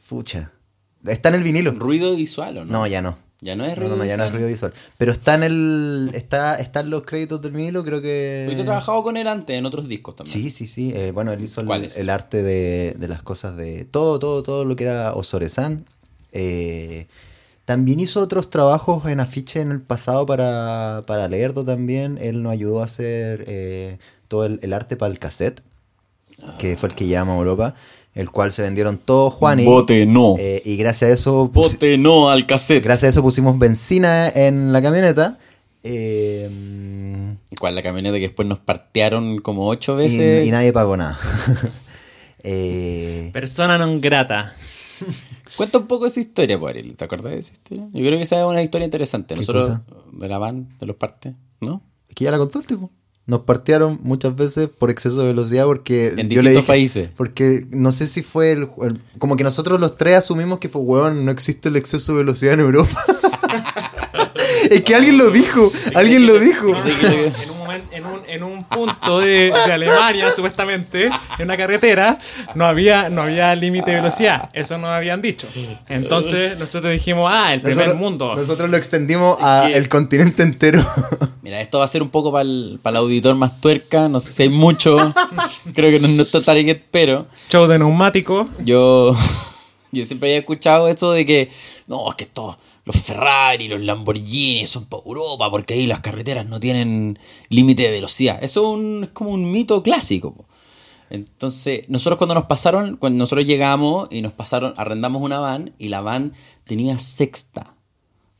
fucha. Está en el vinilo.
Ruido visual, ¿o no?
No, ya no.
Ya no es
No,
ruido
no, no, ya no es
visual.
ruido visual. Pero está en el. Está, está en los créditos del vinilo, creo que.
Y tú has trabajado con él antes en otros discos también.
Sí, sí, sí. Eh, bueno, él hizo el,
¿Cuáles?
el arte de, de las cosas de. Todo, todo, todo lo que era Osoresan. Eh, también hizo otros trabajos en afiche en el pasado para, para Lerdo también. Él nos ayudó a hacer eh, todo el, el arte para el cassette, que fue el que llevamos a Europa, el cual se vendieron todos, Juan. Y,
no.
eh, y gracias a eso. pues,
Bote no al cassette.
Gracias a eso pusimos benzina en la camioneta. eh, y-
¿Cuál? La camioneta que después nos partearon como ocho
y,
veces.
nadie pagó (laughs) nada. Eh,
Persona non grata.
Cuenta un poco esa historia, pues, Ariel. ¿Te acuerdas de esa historia? Yo creo que esa es una historia interesante.
¿Qué
Nosotros,
cosa?
de la van, de los partes, ¿no?
es que ya la contó el tipo. Nos partieron muchas veces por exceso de velocidad porque
En
yo le
distintos
dije-
países.
Porque no sé si fue el, el- Como que nosotros los tres asumimos que fue, weón, no existe el exceso de velocidad en Europa. (laughs) es que alguien lo dijo, alguien lo dijo.
No, no, no, en, un momen- en, un, en un punto de, de Alemania, supuestamente, en una carretera, no había, no había límite de velocidad. Eso nos habían dicho. Entonces nosotros dijimos, ah, el primer
Nosotros-
mundo.
Nosotros lo extendimos al continente entero.
Mira, esto va a ser un poco para el, auditor más tuerca. No sé si hay mucho. (laughs) creo que no es nuestro target, pero
Show de neumático.
yo, (laughs) yo siempre había escuchado eso de que, no, es que todos los Ferrari, los Lamborghini son para Europa porque ahí las carreteras no tienen límite de velocidad. Eso es, un- es como un mito clásico. po. Entonces, nosotros cuando nos pasaron, cuando nosotros llegamos y nos pasaron, arrendamos una van y la van tenía sexta.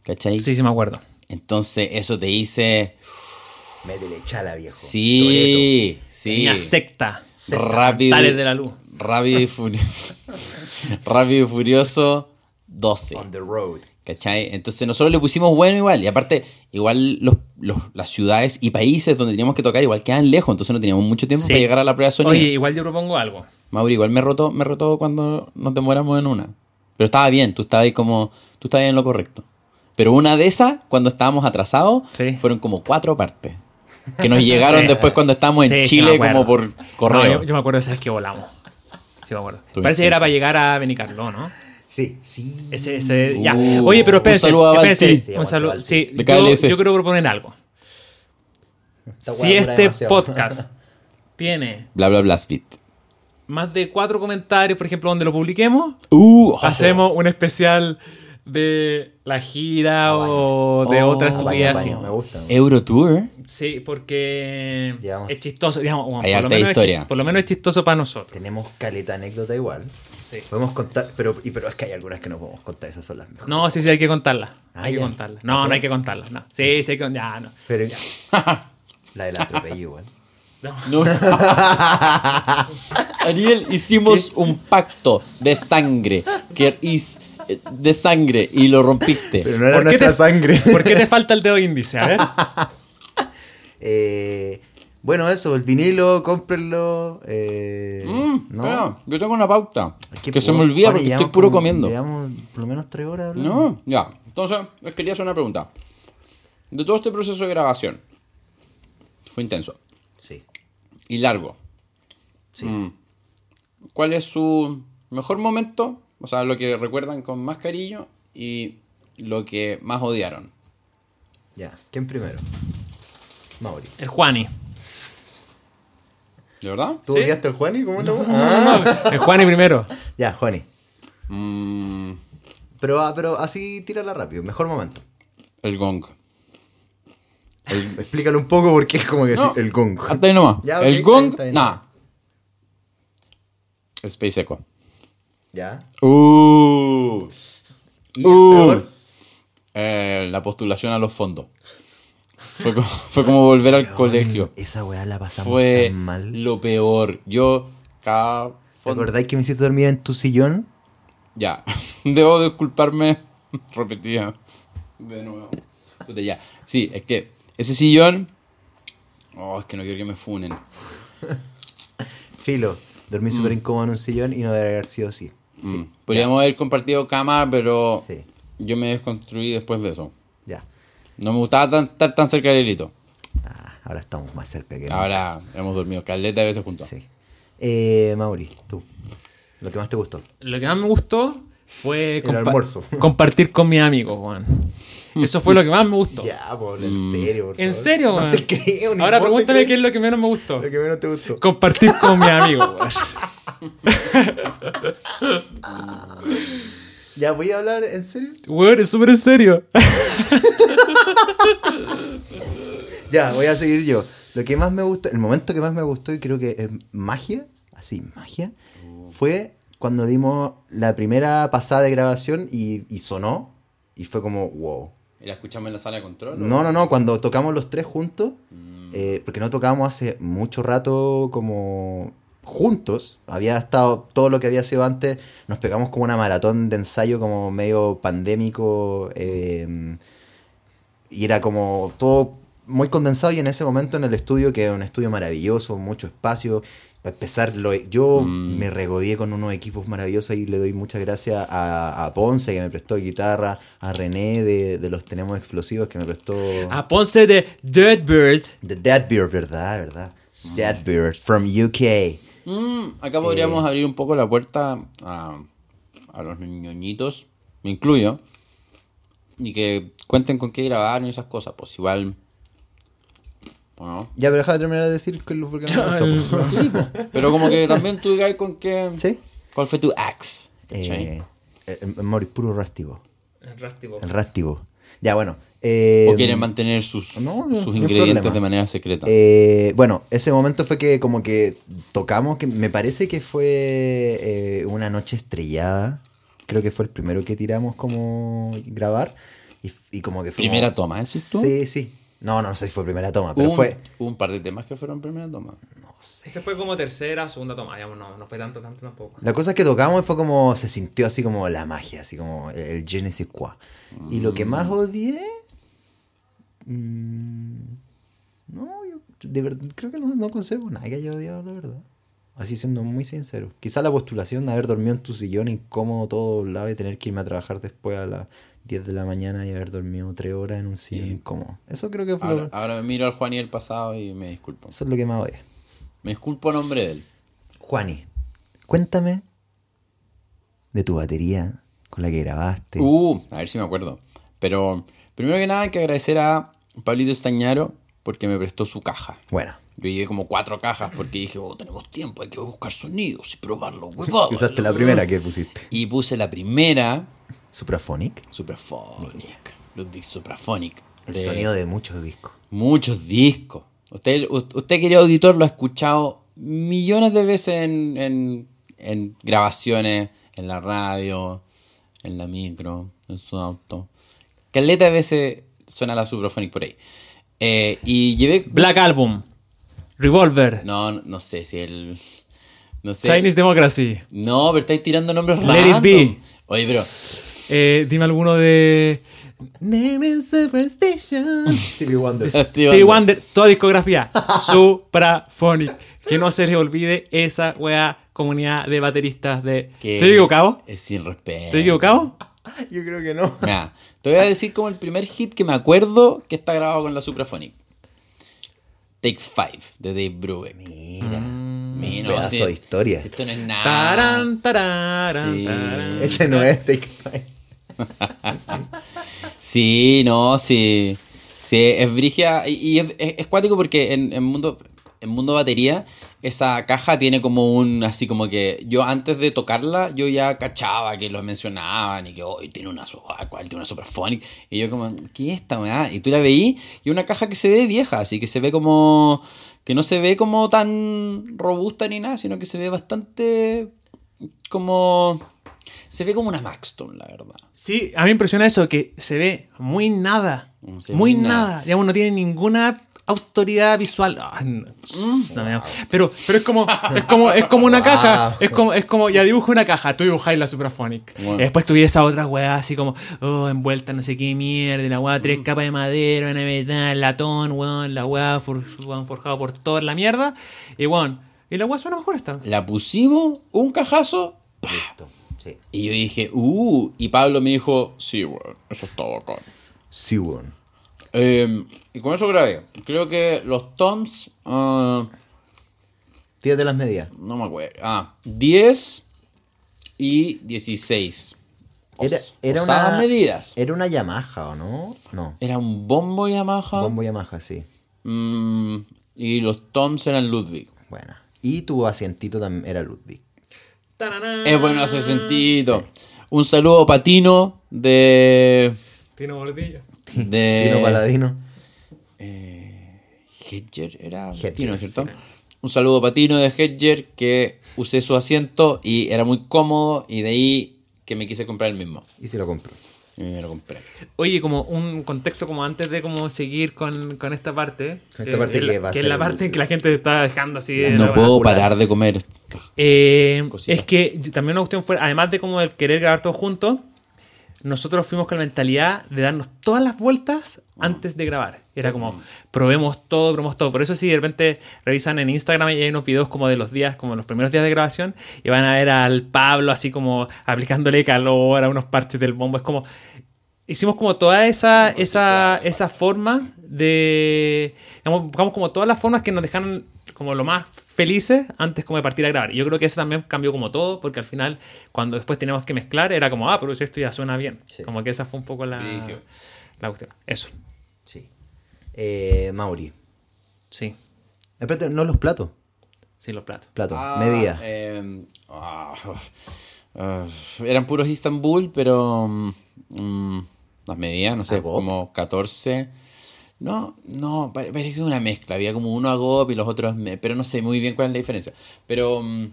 ¿Cachai?
Sí, sí, me acuerdo.
Entonces, eso te dice,
(laughs) Métele chala, viejo.
Sí, sí.
Tenía secta.
Rápido.
Tales de la luz.
Rápido
(laughs)
y furioso. Rápido y furioso 12.
On the road.
¿Cachai? Entonces nosotros le pusimos bueno igual. Y aparte, igual los, los- las ciudades y países donde teníamos que tocar igual quedan lejos. Entonces no teníamos mucho tiempo
Sí.
para llegar a la prueba de sonido.
Oye, igual yo propongo algo.
Mauri, igual me rotó, me rotó cuando nos demoramos en una. Pero estaba bien, tú estabas ahí como. Tú estabas ahí en lo correcto. Pero una de esas, cuando estábamos atrasados,
Sí.
fueron como cuatro partes. Que
(laughs)
nos llegaron
Sí.
después cuando estábamos en
Sí, sí,
Chile,
me acuerdo.
como por
No,
correo.
yo, yo me acuerdo de esa vez que volamos. Sí, me acuerdo.
Tú
Parece que era
intenso.
para llegar a Benicarló, ¿no?
Sí, sí.
Ese, ese, ya.
Uh,
Oye,
un
pero espérense.
saludo a
espérense,
Balti.
Sí,
un
aguante,
saludo.
Balti.
Sí,
De
yo,
KLC.
yo quiero proponer algo.
Esta
si
weá dura
este
demasiado. (laughs)
podcast tiene
Bla, bla, bla, speed.
más de cuatro comentarios, por ejemplo, donde lo publiquemos,
Oh,
Uh, ojo.
hacemos un especial de la gira
Apaño.
o de
Oh,
otra
apaño,
estupidez
apaño,
así.
Me gusta. me gusta.
Eurotour.
Sí, porque
Digamos.
es chistoso. digamos, bueno,
Hay
por, lo
harta
menos es chi-
historia.
por lo menos es chistoso para nosotros.
Tenemos caleta anécdota igual.
Sí.
Podemos contar, pero, y, pero es que hay algunas que no podemos contar, esas son las mejores.
No, sí, sí, hay que contarla.
Ah,
hay que
ya.
contarla. No, no hay que contarla. No. Sí, sí, hay que contarla. no.
Pero (laughs) la del
(laughs)
atropello igual.
No. Ariel, hicimos un pacto de sangre. Que is eh, de sangre y lo rompiste.
Pero no era
¿Por qué
nuestra
(laughs)
te-
sangre.
¿Por qué te falta el dedo índice? A ver.
(laughs) Eh, bueno, eso, el vinilo, cómprenlo. Eh,
Mm,
no.
espera, yo tengo una pauta.
Es
Que se
pu-
me olvida
Juan,
porque
llevamos
estoy puro
como-
comiendo.
Llevamos por lo menos tres horas. hablando.
No, ya. Entonces, les quería hacer una pregunta. De todo este proceso de grabación, fue intenso
Sí.
y largo.
Sí.
Mm. ¿Cuál es su mejor momento? O sea, lo que recuerdan con más cariño y lo que más odiaron.
Ya. ¿Quién primero? Mauri.
El
(laughs)
Juani.
¿De verdad?
¿Tú
¿Sí?
odiaste al Juani? ¿Cómo no?
El Juani primero.
Ya, Juani.
Mm,
Pero, ah, pero así tírala rápido, mejor momento.
el gong.
Explícalo un poco porque es como que
No,
sí, el gong.
Hasta ahí nomás.
Ya, ok,
el
está bien,
gong.
está bien.
Nah. Space Echo.
Ya.
Uh,
Y
Uh.
peor,
eh, la postulación a los fondos. Fue como, (laughs) fue como volver al colegio.
Mm, Esa weá la pasamos
Fue
tan mal.
lo peor. Yo cada
¿Te
fondo-
acordáis que me hiciste dormir en tu sillón?
Ya, (laughs) debo disculparme (laughs) repetida de nuevo. Puta, ya. Sí, es que ese sillón... Oh, es que no quiero que me funen.
Filo, dormí súper incómodo en un sillón y no debería haber sido así.
Mm. Podríamos haber compartido cama, pero
Sí.
yo me desconstruí después de eso.
Ya.
No me gustaba tan, estar tan cerca del hilito.
Ah, ahora estamos más cerca que
Ahora hemos dormido caleta de veces juntos.
Sí. Eh, Mauri, tú. Lo que más te gustó.
Lo que más me gustó fue compa-
almuerzo.
(laughs) compartir con mis amigos, Juan. Eso fue lo que más me gustó.
Ya, Pablo,
Mm.
en serio, por
¿En
favor.
serio,
No
Juan?
te creo, ni
Ahora
vos te
pregúntame
crees.
qué es lo que menos me gustó.
Lo que menos te gustó.
Compartir con mis amigos, Juan.
Ya voy a hablar en serio.
(laughs) Weón, es súper en
(laughs)
serio.
Ya, voy a seguir yo. Lo que más me gustó, el momento que más me gustó y creo que es magia, así, magia, fue cuando dimos la primera pasada de grabación y, y sonó y fue como, wow.
¿Y la escuchamos en la sala de control? o- Mm.
No, no, no, cuando tocamos los tres juntos, eh, porque no tocábamos hace mucho rato como juntos, había estado todo lo que había sido antes, nos pegamos como una maratón de ensayo como medio pandémico, eh, y era como todo muy condensado y en ese momento en el estudio, que es un estudio maravilloso, mucho espacio, para empezar, lo- yo
Mm.
me regodeé con unos equipos maravillosos y le doy muchas gracias a, a Ponce que me prestó guitarra, a René de, de los Tenemos Explosivos que me prestó...
Ah.
A Ponce de Dirtbird.
The Deadbeard, ¿verdad? ¿Verdad? Deadbeard from UK.
Mm, acá podríamos
Eh.
abrir un poco la puerta a, a los ñoñitos, me incluyo, y que cuenten con qué grabaron y esas cosas. Pues igual. ¿o no?
Ya, pero déjame terminar de decir que los volcanes no gustó, po.
Pero como que también tú digas con qué.
Sí.
¿Cuál fue tu axe? ¿cachai?
Eh, eh, eh, Mauri, puro rastivo.
Rástico.
El rastivo. Ya, bueno. eh,
¿O quieren mantener sus,
no, no, no
sus
hay
ingredientes
problema.
de manera secreta?
Eh, bueno, ese momento fue que como que tocamos, que me parece que fue eh, una noche estrellada. Creo que fue el primero que tiramos como grabar. Y, y como que fue...
¿Primera toma, decís tú?
Sí, sí. No, no, no sé si fue primera toma,
Hubo
pero
un,
fue...
hubo un par de temas que fueron primera toma.
Ese fue como tercera o segunda toma, digamos, no, no fue tanto, tanto tampoco.
La cosa es que tocamos fue como, se sintió así como la magia, así como el Genesis Qua. Y lo que más odié... mm, no, yo de verdad, creo que no, no conservo nada que haya odiado, la verdad. Así siendo muy sincero. Quizá la postulación de haber dormido en tu sillón incómodo todo doblado y tener que irme a trabajar después a las 10 de la mañana y haber dormido 3 horas en un sillón
Sí.
incómodo. Eso creo que fue
Ahora,
lo,
ahora me miro al Juani del pasado y me disculpo.
eso es lo que más odié.
Me disculpo a nombre de él.
Juani, cuéntame de tu batería con la que grabaste.
Uh, a ver si me acuerdo. Pero primero que nada hay que agradecer a Pablito Estañaro porque me prestó su caja.
Bueno.
Yo llevé como cuatro cajas porque dije, oh, tenemos tiempo, hay que buscar sonidos y
(laughs)
probarlo, huevón.
Usaste la primera que pusiste.
Y puse la primera,
Supraphonic.
Supraphonic, Ludwig Supraphonic.
El
de
sonido de muchos (laughs) discos.
Muchos discos. Usted, u- usted querido auditor, lo ha escuchado millones de veces en, en- en grabaciones, en la radio, en la micro, en su auto. Caleta de veces suena la Supraphonic por ahí. Eh, y llevé...
Black Album. Revolver.
No, no- no sé si el... No sé.
Chinese Democracy.
No, pero estáis tirando nombres
Let it
random.
be.
Oye, pero...
Eh, dime alguno de. Name and Superstition.
Stevie
(laughs)
Wonder.
Stevie
Stevie
Wonder.
Wonder, toda discografía. (laughs) Supraphonic. Que no se les olvide esa wea comunidad de bateristas de.
que Eh, ah,
¿Estoy equivocado?
Es sin respeto.
¿Estoy equivocado?
Yo creo que no.
Mira, te voy a decir como el primer hit que me acuerdo que está grabado con la Supraphonic. Take Five, de Dave Brubeck.
Mira.
Mira,
Mm, pedazo de historia.
si esto no es nada.
Tarán, tarán,
Sí.
tarán.
Ese no es este Take Five.
Sí, no, sí. Sí, es brigia. Y, y es, es- es cuático porque en, en mundo. En mundo batería, esa caja tiene como un. Así como que. Yo antes de tocarla, yo ya cachaba que los mencionaban y que hoy tiene una. su- ah, ¿Cuál? Tiene una Superphonic. Y yo, como, ¿qué es esta weá? Y tú la veí y una caja que se ve vieja, así que se ve como. Que no se ve como tan robusta ni nada, sino que se ve bastante. Como. Se ve como una Maxton, la verdad.
Sí, a mí me impresiona eso, que se ve muy nada.
Mm, sí,
muy
muy
nada.
nada.
Digamos, no tiene ninguna autoridad visual. Ah, no.
Mm.
No,
Ah.
no. Pero, pero es como, es como, es como una caja.
Wow.
Es como, es como, ya dibujo una caja, tú dibujáis la Supraphonic.
Bueno.
Y después tuve esa otra weá así como, oh, envuelta en no sé qué mierda, y la weá,
Mm.
tres capas de madera, una metal, latón, weón, la weá, for- weón, forjado por toda la mierda. Y weón, Y la weá suena mejor esta.
La pusimos, un cajazo,
Listo. Sí.
y yo dije, uh, y Pablo me dijo, sí, weón, eso está bacán.
Sí, weón.
Em, y con eso grabé. Creo que los toms, ah,
Tírate las medias.
no me acuerdo, ah, 10 y 16. Os-
Era, era
osadas
una.
medidas.
Era una Yamaha, ¿o no? No.
Era un bombo Yamaha.
Bombo Yamaha, sí.
Mm, y los toms eran Ludwig.
Buena. Y tu asientito también era Ludwig.
Tananán.
Es bueno hacer sentido. Un saludo a Patino
(laughs)
de.
Tino Bordillo.
de
Tino Paladino.
Hedger, era
Hedger,
Patino, ¿cierto?
sí.
Un saludo a Patino de Hedger que usé su asiento y era muy cómodo y de ahí que me quise comprar el mismo.
Y se lo compró.
Y Eh, me lo compré.
Oye, como un contexto como antes de como seguir con, con esta parte.
Con esta parte
es la-
que va a
es
ser
la
el-
parte en que la gente está dejando así. de Eh, la
No
weá.
puedo
curar.
parar de comer.
Eh,
Cositas.
es que yo- también una cuestión fue, además de como el querer grabar todos juntos, nosotros fuimos con la mentalidad de darnos todas las vueltas antes de grabar. Era como, probemos todo, probemos todo. Por eso si de repente revisan en Instagram y hay unos videos como de los días, como los primeros días de grabación, y van a ver al Pablo así como aplicándole calor a unos parches del bombo. Es como, hicimos como toda esa, esa, esa forma de. digamos, buscamos como todas las formas que nos dejaron como lo más felices antes como de partir a grabar. Y Yo creo que eso también cambió como todo, porque al final, cuando después teníamos que mezclar, era como, ah, pero si esto ya suena bien.
Sí.
Como que esa fue un poco la,
Brigio.
la cuestión. Eso,
Sí. Eh, Mauri.
sí,
Espérate, no los platos.
sí, los platos.
Platos,
Ah,
medidas.
eh, ah, (laughs) ah, eran puros Istanbul, pero mm, mm, las medidas, no sé,
¿Agop?
como 14. No, no, pare- parece una mezcla. Había como uno a GOP y los otros, me- pero no sé muy bien cuál es la diferencia. Pero mm,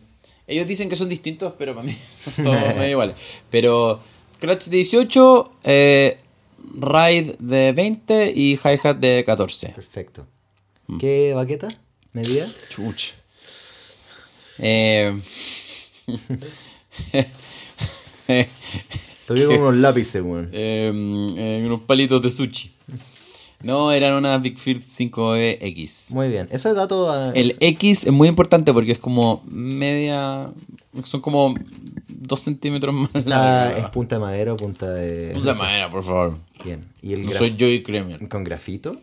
ellos dicen que son distintos, pero para mí (laughs) son todos medio iguales. Pero Clutch de 18, eh, Ride de 20 y Hi-Hat de 14.
Perfecto.
Mm.
¿Qué baqueta? ¿Medida?
Chuch. Eh, (laughs)
Estoy con unos lápices, weón.
em, eh, unos palitos de sushi. No, eran unas Big Field 5EX.
(laughs) Muy bien. Eso es dato. eh,
El X es muy importante porque es como media. Son como dos centímetros más.
esa
largas.
ah, es punta de madera o punta de.
Punta de madera, por favor.
Bien. Y el
No
graf-
soy Joey Kremer.
con grafito.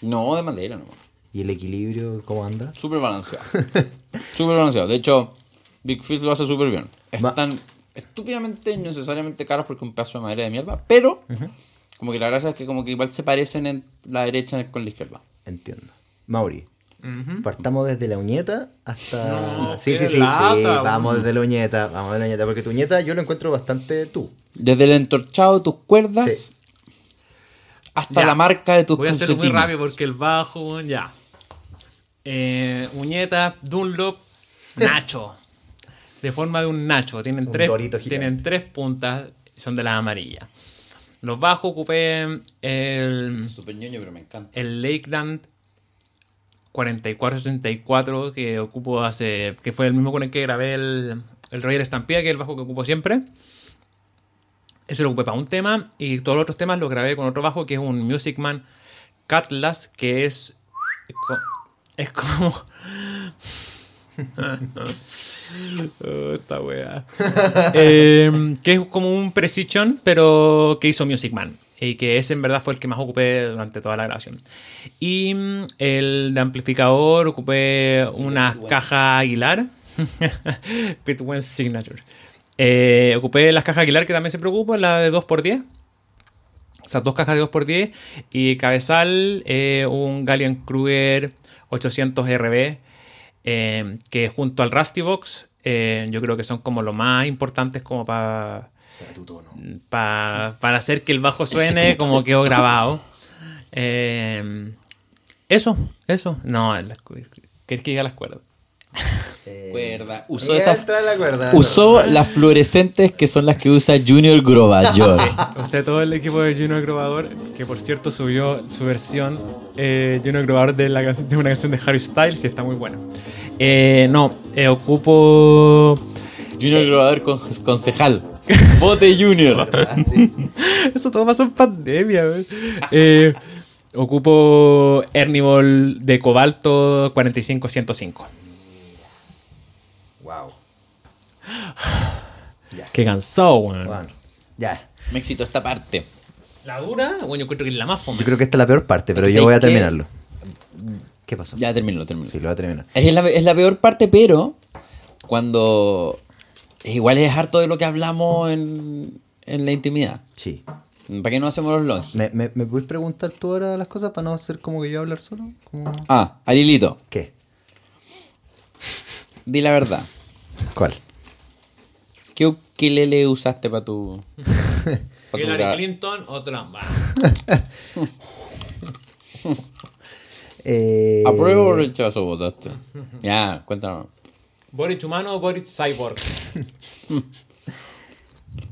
No, de madera nomás.
¿Y el equilibrio cómo anda?
Súper balanceado. (laughs) Súper balanceado. De hecho, Big Fish lo hace súper bien.
Ma-
Están estúpidamente, innecesariamente caros porque un pedazo de madera de mierda, pero como que la gracia es que como que igual se parecen en la derecha con la izquierda.
Entiendo. Mauri. Partamos desde la uñeta hasta.
No,
sí,
qué
sí, sí,
lata,
sí.
weón.
Vamos desde la uñeta, vamos desde la uñeta. Porque tu uñeta yo lo encuentro bastante tú.
Desde el entorchado de tus cuerdas
Sí.
hasta
Ya.
la marca de tus
Voy a hacerlo muy
calcetines.
rápido porque el bajo, ya. Eh, Uñeta, Dunlop, Nacho. De forma de un Nacho. Tienen,
Un
tres,
dorito gigante.
tienen tres puntas, son de las amarillas. Los bajos ocupé el,
Súper ñoño, pero me encanta.
el Lakeland 4464 que ocupo hace. que fue el mismo con el que grabé el, el Roger Stampede, que es el bajo que ocupo siempre. Ese lo ocupé para un tema y todos los otros temas los grabé con otro bajo que es un Music Man Cutlass, que es. es co- Es como. Oh, esta weá. Eh, que es como un precision, pero que hizo Music Man. Y que ese en verdad fue el que más ocupé durante toda la grabación. Y mm, el de amplificador ocupé una
Pitwens.
caja Aguilar. (laughs) Pitwens Signature. Eh, ocupé las cajas Aguilar que también se preocupa, la de 2x10. O sea, dos cajas de 2x10 y cabezal, eh, un Galleon Kruger 800 RB, eh, que junto al Rusty Box, eh, yo creo que son como lo más importantes como para
Tu tono.
para hacer que el bajo suene como quedó grabado. Eh, eso, eso. No, las cu- ¿querés que diga las cuerdas?
Cuerda. Usó,
Usó
Pues, esa-
Eh, la cuerda.
usó las fluorescentes que son las que usa Junior Grobayor.
O sea, todo el equipo de Juno Grobador, que por cierto subió su versión eh, Juno Grobador de, la, can- de una canción de Harry Styles y está muy buena. Eh, no, eh, ocupo... (laughs)
Junior Grobayor con, concejal. Bote Junior.
Ah, sí.
Eso todo pasó en pandemia, güey. Eh, ocupo Hernibol de Cobalto 45105.
Ya.
Qué cansado, weón.
Bueno, ya.
Me excitó esta parte.
La dura, bueno, yo encuentro que es la más fome.
Yo creo que esta es la peor parte, pero
Es que
yo voy a
¿sabes qué?
terminarlo. ¿Qué pasó?
Ya termino, termino.
Sí, lo voy a terminar.
Es la, es la peor parte, pero cuando... es Igual es harto de lo que hablamos en, en la intimidad.
Sí.
¿Para qué no hacemos los longs?
¿Me, me, me puedes preguntar tú ahora las cosas para no hacer como que yo hablar solo? Como-
Ah, Arilito,
¿Qué?
di la verdad.
¿Cuál?
¿Qué ukelele usaste para tu... pa' tu gra-
Hillary Clinton o Trump. va.
Eh,
¿Apruebo o rechazo votaste? Ya, cuéntanos.
Boric humano o Boric cyborg.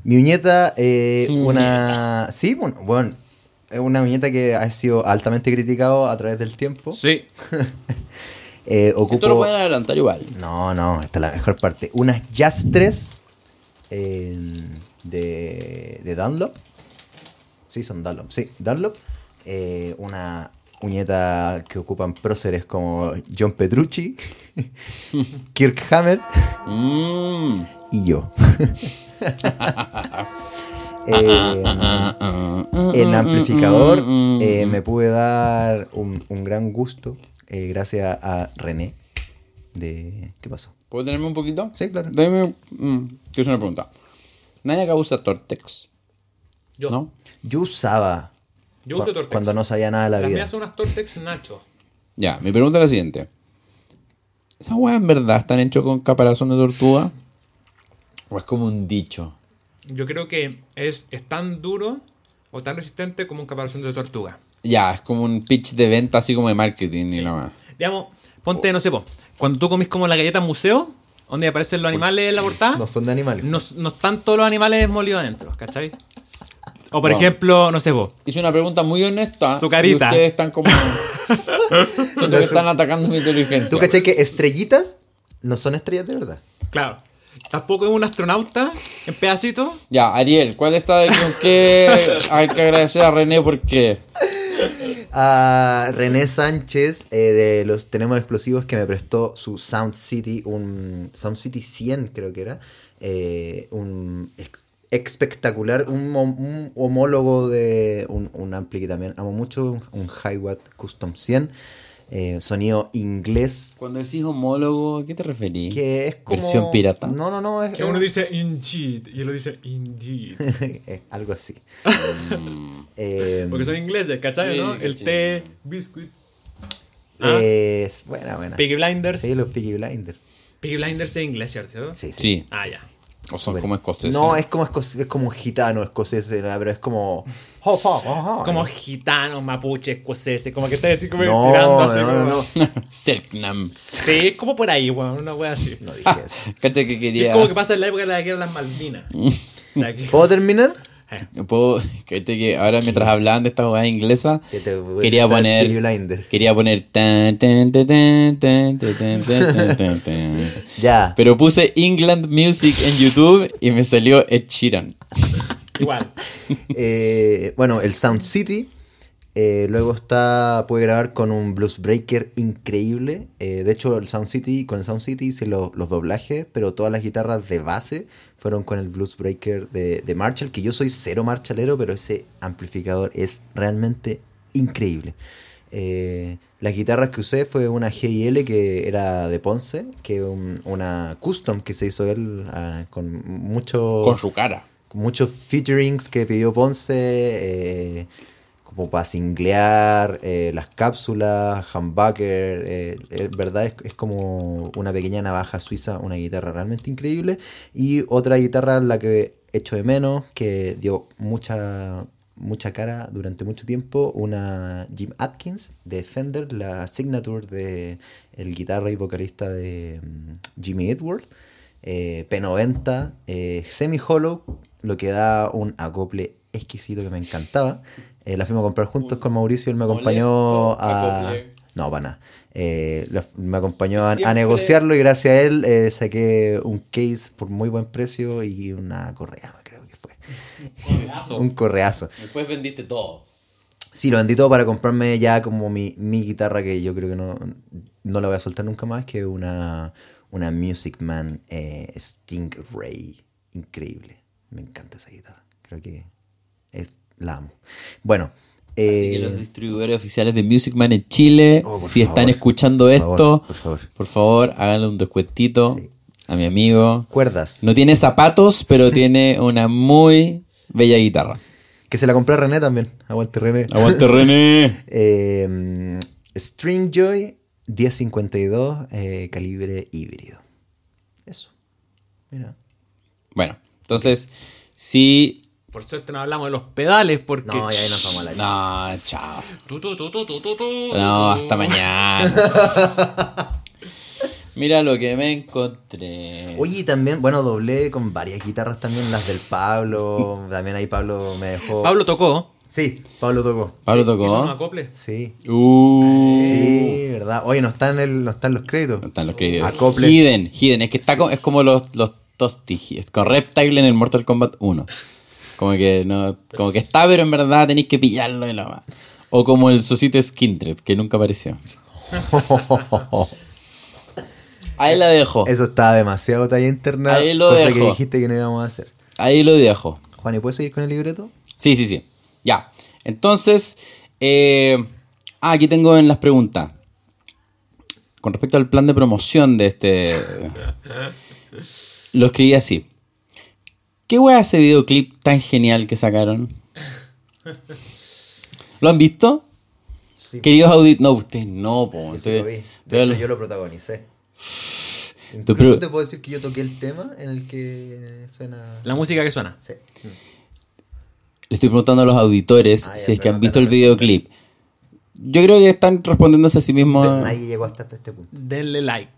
Mi uñeta, eh, una... Sí, bueno, bueno, es una uñeta que ha sido altamente criticado a través del tiempo.
Sí.
Eh, ocupo...
Esto lo pueden adelantar igual.
No, no, esta es la mejor parte. Unas yastres eh, de, de Dunlop. Sí, son Dunlop, sí, Dunlop. Eh, una uñeta que ocupan próceres como John Petrucci, (laughs) Kirk Hammett
Mmm.
y yo. (laughs) Eh, en amplificador eh, me pude dar un, un gran gusto eh, gracias a René. De... ¿Qué pasó?
¿Puedo tenerme un poquito?
Sí, claro.
Dame. mm, que es una pregunta. Nadie acá usa Tortex,
Yo.
¿no?
Yo usaba.
Yo
cua-
uso Tortex.
Cuando no sabía nada de la
Las
vida.
mías son unas Tortex Nacho.
Ya, mi pregunta es la siguiente. ¿Esas weas en verdad están hechos con caparazón de tortuga? ¿O es como un dicho?
Yo creo que es, es tan duro o tan resistente como un caparazón de tortuga.
Ya, es como un pitch de venta así como de marketing y la más.
Digamos, ponte, no sé, po, cuando tú comís como la galleta museo, donde aparecen los animales en la portada,
No son de animales.
no, no están todos los animales molidos adentro, ¿cachai? O por
Wow.
ejemplo, no sé, vos.
Hice una pregunta muy honesta.
Su carita.
Y ustedes están
(laughs)
como. Siento que están atacando mi inteligencia.
¿Tú cachai que estrellitas no son estrellas de verdad?
Claro. Tampoco es un astronauta en pedacitos.
Ya, Ariel, ¿cuál está de con qué hay que agradecer a René porque
A Ah, René Sánchez eh, de los Tenemos Explosivos que me prestó su Sound City, un Sound City 100 creo que era, eh, un ex- espectacular, un, mo- un homólogo de un, un ampli que también amo mucho, un, un Hi-Watt Custom 100, eh, sonido inglés,
Cuando decís homólogo, ¿a qué te referís?
que es como...
Versión pirata.
No, no, no, es,
Que uno dice indeed y él lo dice
(laughs)
indeed.
Eh, algo así.
Mm.
Eh,
Porque son ingleses, ¿cachai?
Sí,
¿no? El
cachai.
té, biscuit. Ah,
eh, es buena, buena.
Piggy Blinders.
Sí, los Piggy Blinders.
Piggy Blinders es inglés, ¿cierto?
Sí, sí.
Sí.
Ah, ya.
O son
Súper.
como escoceses.
No, es como, escoc- es como gitano escocés, eh, pero
(laughs)
es como. Ho, ho, ho, ho.
Como gitanos, mapuches, escoceses. Como que está así como
No,
tirando así.
no,
como...
no,
(laughs) Selknam.
Sí, es como por ahí, weón. Una wea así.
No dije eso.
Cacha que
Y
quería.
es como que pasa en la época de la guerra de
(laughs)
las Malvinas. La que- eh,
¿Puedo terminar?
Puedo- (laughs) Cacha que ahora mientras hablaban de esta jugada inglesa,
Que te voy a
quería
dar Piggy
poner.
Blinder.
Quería poner. tan, tan, tan, tan, tan, tan, tan, tan, tan, tan.
Ya.
Pero puse England Music en YouTube y me salió Ed Sheeran.
Igual.
(laughs) Eh, bueno, el Sound City. eh, luego está. Puede grabar con un blues breaker increíble. Eh, de hecho, el Sound City, con el Sound City hice lo- los doblajes, pero todas las guitarras de base fueron con el blues breaker de, de Marshall, que yo soy cero Marshallero, pero ese amplificador es realmente increíble. Eh, las guitarras que usé fue una GIL que era de Ponce, que un- una custom que se hizo él ah, con mucho
Con su cara.
muchos featurings que pidió Ponce, eh, como para singlear, eh, las cápsulas, humbucker, eh, en verdad es, es como una pequeña navaja suiza, una guitarra realmente increíble. Y otra guitarra, la que echo de menos, que dio mucha mucha cara durante mucho tiempo, una Jim Atkins de Fender, la signature de el guitarra y vocalista de mm, Jimmy Edward eh, P90, eh, Semi Hollow, lo que da un acople exquisito que me encantaba. Eh, la fuimos a comprar juntos con Mauricio, él me acompañó
molesto
a.
acople.
No, para nada. Eh, lo- me acompañó a, a
Siempre-
negociarlo y gracias a él eh, saqué un case por muy buen precio y una correa, creo que fue. Un correazo.
Después vendiste todo.
Sí, lo vendí todo para comprarme ya como mi, mi guitarra que yo creo que no, no la voy a soltar nunca más, que es una, una Music Man eh, Stingray. Increíble. Me encanta esa guitarra. Creo que es, la amo. Bueno.
Así que
eh,
los distribuidores oficiales de Music Man en Chile,
Oh, por
si están
favor.
escuchando
Por favor,
esto,
por favor.
por favor, háganle un descuentito
Sí.
a mi amigo.
cuerdas.
No tiene zapatos,
(laughs)
pero tiene una muy bella guitarra.
Que se la compré a René también. Aguante René.
Aguante René.
Eh, Stringjoy 1052 eh, calibre híbrido. Eso. Mira.
Bueno, entonces, sí.
Por suerte no hablamos de los pedales porque...
No, y ahí nos vamos a la
No, chao.
Tu, tu, tu, tu, tu, tu, tu.
No, hasta mañana.
(laughs)
Mira lo que me encontré.
Oye, y también, bueno, doblé con varias guitarras también, las del
(laughs)
Pablo. También ahí Pablo me dejó.
Pablo tocó.
Sí, Pablo tocó.
Pablo
¿Hizo un
tocó.
acople?
Sí.
Uh.
Sí, verdad. Oye, no están, el, no están los créditos.
No están los queridos.
Acople.
Hidden, Hidden. Es que está co- es como los, los Tosti. Es con Reptile en el Mortal Kombat 1. Como que no, como que está, pero en verdad tenéis que pillarlo de la ma- O como el Susito Skindred, que nunca
(laughs)
apareció. Ahí la dejo.
Eso está demasiado talla interna.
Ahí lo
cosa
dejo.
que dijiste que no íbamos a hacer.
Ahí lo dejo.
Juan, ¿y puedes seguir con el libreto?
Sí, sí, sí. Ya. Entonces, eh, ah, aquí tengo en las preguntas. Con respecto al plan de promoción de este... Lo escribí así. ¿Qué hueá ese videoclip tan genial que sacaron? ¿Lo han visto?
Sí.
Queridos audit... No, ustedes no, po.
Yo sí lo vi.
Ustedes-
De hecho,
ustedes-
yo lo protagonicé.
Tú
Incluso
pro-
te puedo decir que yo toqué el tema en el que suena.
La música que suena.
Sí.
Ah. Le estoy preguntando a los auditores
Ah, ya,
si es que han
perdón,
visto el
perdón.
videoclip. Yo creo que están respondiéndose a sí mismos.
Nadie llegó hasta este punto.
Denle like.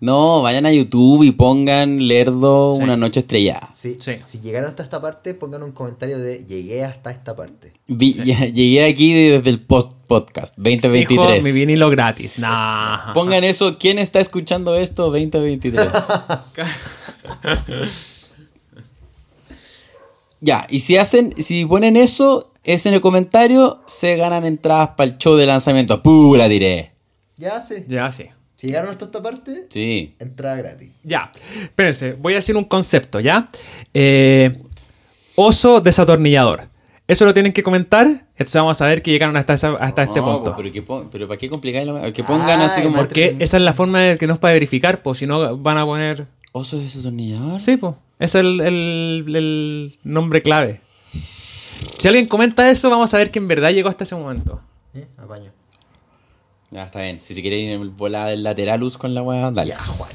No, vayan a YouTube y pongan Lerdo
Sí.
una noche estrellada.
Sí,
Sí.
Si llegaron hasta esta parte, pongan un comentario de llegué hasta esta parte.
Vi- ya- llegué aquí desde el post podcast
Exijo
2023.
mi vinilo gratis. Nah.
pongan eso, ¿quién está escuchando esto 2023? ya, y si hacen, si ponen eso, es en el comentario, se ganan entradas para el show de lanzamiento. Pura diré.
Ya sí.
Ya, sí.
Si llegaron hasta esta parte,
Sí.
entrada gratis.
Ya. Espérense, voy a decir un concepto, ¿ya? Eh, oso desatornillador. Eso lo tienen que comentar. Entonces vamos a saber que llegaron hasta, esa- hasta este
No, pues,
punto.
Pero, que pon- pero ¿para qué complicar? Que pongan
Ay,
así como...
¿por qué?
Porque esa es la forma de que nos para verificar, pues si no van a poner.
¿Oso es desatornillador?
Sí, pues. Es el, el- el nombre clave. Si alguien comenta eso, vamos a ver que en verdad llegó hasta ese momento.
¿Eh? Apaño.
Ya, está bien. Si se quiere ir en volada del lateralus con la weá, dale.
Ya, Juan.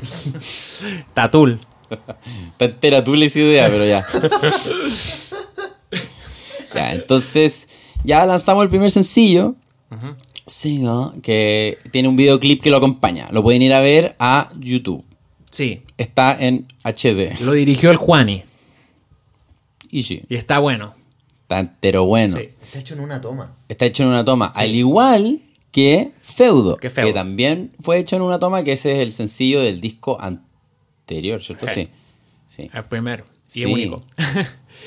Tatul.
Está entera tú la idea, pero
(laughs)
ya. ya, entonces, ya lanzamos el primer sencillo. Sí, ¿no? Que tiene un videoclip que lo acompaña. Lo pueden ir a ver a YouTube.
Sí.
Está en HD.
Lo dirigió el Juani.
Y sí,
Y está bueno.
está entero bueno.
Sí.
Está hecho en una toma.
Está hecho en una toma. Al igual que Feudo,
Que Feudo.
que también fue hecho en una toma, que ese es el sencillo del disco anterior, ¿cierto?
Sí.
Sí. Sí.
El primero. Y
Sí.
único.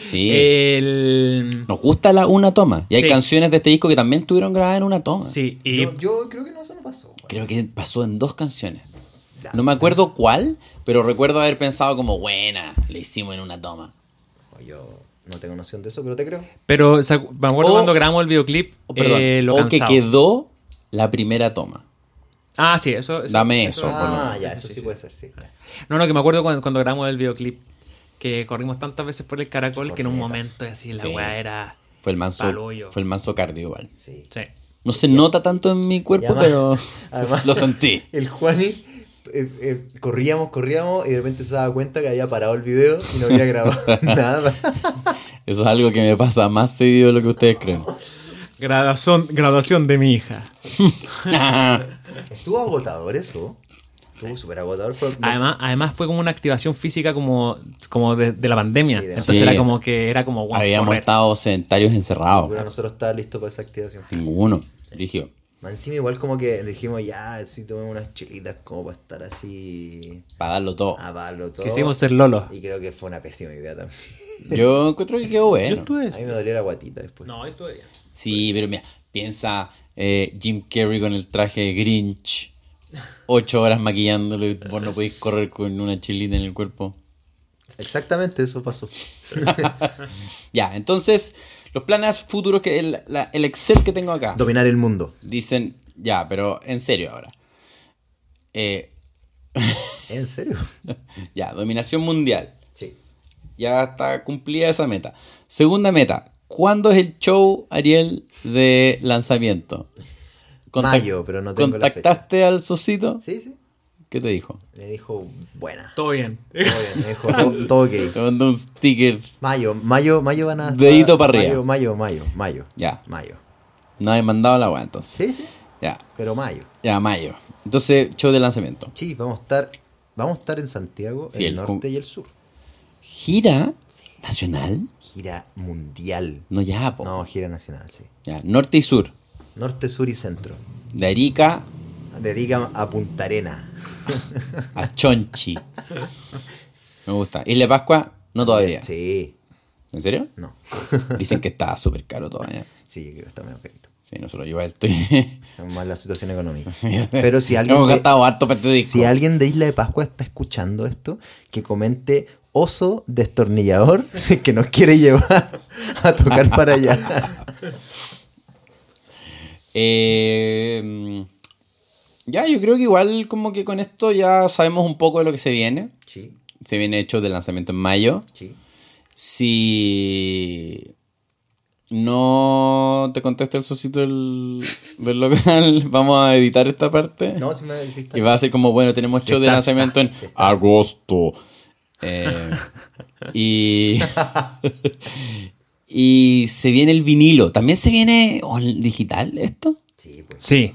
sí.
Eh, El-
Nos gusta la una toma. Y hay
Sí.
canciones de este disco que también tuvieron grabadas en una toma.
Sí, y
Yo, yo creo que no, eso no pasó. Juan.
Creo que pasó en dos canciones.
Ya.
No me acuerdo cuál, pero recuerdo haber pensado como, buena, le hicimos en una toma.
Yo no tengo noción de eso, pero te creo.
Pero se acu- me acuerdo
O-
cuando grabamos el videoclip,
O, Oh, perdón,
eh, lo
o que
cansado.
quedó la primera toma.
Ah, sí, eso. eso-
Dame eso. por lo
ah,
menos.
ya, eso sí, puede ser, sí.
No, no, que me acuerdo cuando, cuando grabamos el videoclip, que corrimos tantas veces por el caracol que en un
Corneta.
momento así la
Sí.
weá era.
Fue el manso,
Palollo.
fue el manso cardio igual.
Sí.
Sí.
No se nota tanto en mi
Y
cuerpo,
además-
pero
(laughs) además,
(laughs) lo sentí.
El Juani, eh, eh, corríamos, corríamos y de repente se daba cuenta que había parado el video y no
(laughs)
había grabado nada.
Eso es algo que me pasa más seguido de lo que ustedes creen.
Graduación, graduación de mi hija.
Estuvo agotador eso. Estuvo súper agotador. Fue,
Además, además fue como una activación física como, como de, de la pandemia.
Sí, de-
Entonces
Sí.
era como que era como guau,
Habíamos
correr.
estado sedentarios
Ninguno de
encerrados.
nosotros estaba listo para esa activación.
Ninguno. Dirigió.
Más Encima igual como que dijimos, ya, sí, tomemos unas chilitas como para estar así
Para darlo todo.
a palo todo.
Quisimos ser Lolo.
Y creo que fue una pésima idea también.
Yo encuentro que quedó bueno.
A mí me dolió la guatita después.
No, esto
Pues.
Sí, pero mira, piensa eh, Jim Carrey con el traje de Grinch ocho horas maquillándolo y vos no podéis correr con una chilita en el cuerpo.
Exactamente, eso pasó.
Ya, entonces, los planes futuros que el, la- el Excel que tengo acá.
Dominar el mundo.
Dicen, ya, pero en serio ahora. Eh,
¿En serio?
ya, dominación mundial.
Sí.
Ya está cumplida esa meta. Segunda meta. ¿Cuándo es el show, Ariel, de lanzamiento?
Mayo, pero no tengo la fecha.
¿Contactaste al Sosito?
Sí, sí.
¿Qué te dijo?
Me dijo, buena.
Todo bien.
Todo bien, me dijo, todo, todo gay.
Te mandó un sticker.
Mayo, mayo, mayo van a.
Dedito para arriba.
Mayo, mayo, mayo, mayo.
Ya.
Mayo.
No he mandado la weá entonces.
Sí, sí.
Ya,
Pero mayo.
ya, mayo. Entonces, show de lanzamiento.
Sí, vamos a estar. Vamos a estar en Santiago,
Sí,
el
el
norte
con-
y el sur.
Gira nacional.
Gira mundial.
No, ya, po.
No, gira nacional, sí.
Ya, norte y sur.
Norte, sur y centro.
De Arica
Dedican a Punta Arena.
a Chonchi. Me gusta. Isla de Pascua, no todavía.
Sí.
¿En serio?
No. (laughs)
Dicen que está súper caro todavía.
Sí, yo creo que está medio carito.
Sí, no se lo lleva el estoy.
Es más la situación económica. Pero si alguien.
Hemos
de-
gastado harto para este disco.
Si alguien de Isla de Pascua está escuchando esto, que comente oso destornillador (laughs) que nos quiere llevar (laughs) a tocar para allá.
(laughs) Eh, mm, ya, yo creo que igual como que con esto ya sabemos un poco de lo que se viene.
Sí,
Se viene hecho de lanzamiento en mayo.
sí.
Si no te contesta el socito del, del local, (laughs) vamos a editar esta parte.
No, si me decís
Y va a ser como, bueno, tenemos show de
está-
lanzamiento en agosto. Eh,
(laughs)
y, y se viene el vinilo. ¿También se viene on- digital esto?
Sí, pues.
Sí.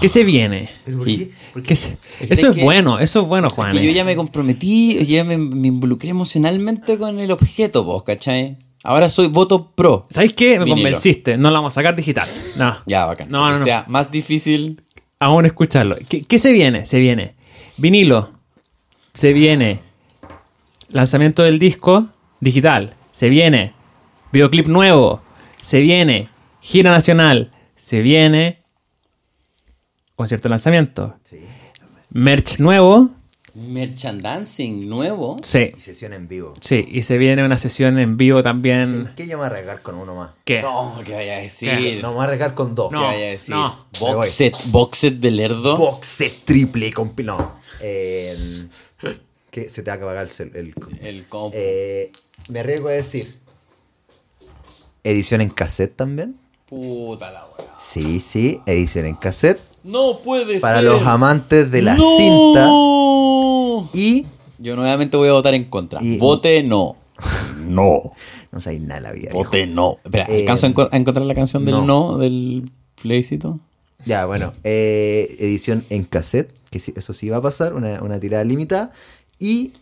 ¿Qué se viene?
Pero ¿por
Sí.
qué? ¿Por qué?
¿Qué se-
Es
Eso es
Oh. que-
bueno, eso es bueno, Juan.
Que yo ya me comprometí, ya me, me involucré emocionalmente con el objeto, vos, ¿cachai? Ahora soy voto pro.
¿Sabes qué? Me
Vinilo.
convenciste. No la vamos a sacar digital. No.
Ya, bacán.
No, no,
Que
no.
sea más difícil.
Aún escucharlo. ¿Qué, qué se viene? Se viene vinilo. Se viene lanzamiento del disco digital. Se viene videoclip nuevo. Se viene gira nacional. Se viene concierto de lanzamiento.
Sí.
Merch nuevo.
Merchandising nuevo.
Sí,
Y sesión en vivo.
sí. Y se viene una sesión en vivo
Sí,
también.
¿Qué yo me voy a regar con uno más?
¿Qué?
No, ¿qué vaya a
¿Qué?
decir?
No, me voy a regar con dos.
¿Qué
Eh, No,
vaya a decir?
no.
Me voy.
Box set, box set de lerdo.
Box set triple con... pi- No. Eh, que se te va a acabar el... cel- el-
El comp.
Eh, me arriesgo a decir... ¿Edición en cassette también?
Puta la weá.
Sí, sí, edición en cassette.
No puede
para
ser.
los amantes de la
¡No!
cinta. Y
Yo nuevamente voy a votar en contra.
Y- Eh,
Vote no. No.
no sabéis nada de la vida. viejo.
Vote no. Espera,
Eh,
¿alcanzo a, enco- a encontrar la canción del
no.
no, del plebiscito?
Ya, bueno, eh, edición en cassette, que sí- eso sí va a pasar, una, una tirada limitada. Y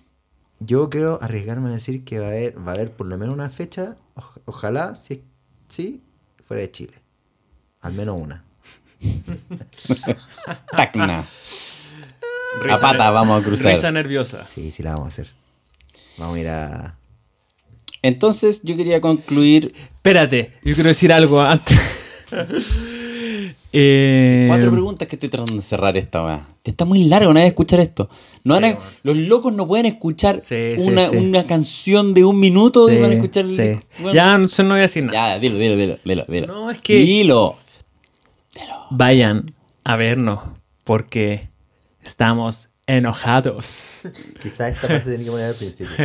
yo quiero arriesgarme a decir que va a haber, va a haber por lo menos una fecha, o- ojalá, si es- sí, fuera de Chile. Al menos una.
(laughs)
Tacna. A pata vamos a
Risa
cruzar.
nerviosa.
Sí, sí la vamos a hacer. Vamos a ir a...
Entonces yo quería concluir
Espérate, yo quiero decir
(laughs)
algo antes. Eh,
cuatro preguntas que estoy tratando de cerrar esta weá. Te está muy largo, nadie va a escuchar esto. No van a- los locos no pueden escuchar
Sí, sí,
una,
sí.
una canción de un minuto
Sí,
y van a escuchar el-
sí.
bueno,
Ya no sé, no voy a decir nada.
Ya, dilo, dilo, dilo, dilo, dilo.
No, es que-
Dilo.
Vayan a vernos porque estamos enojados.
Quizás esta parte tenía que poner
(laughs)
al principio.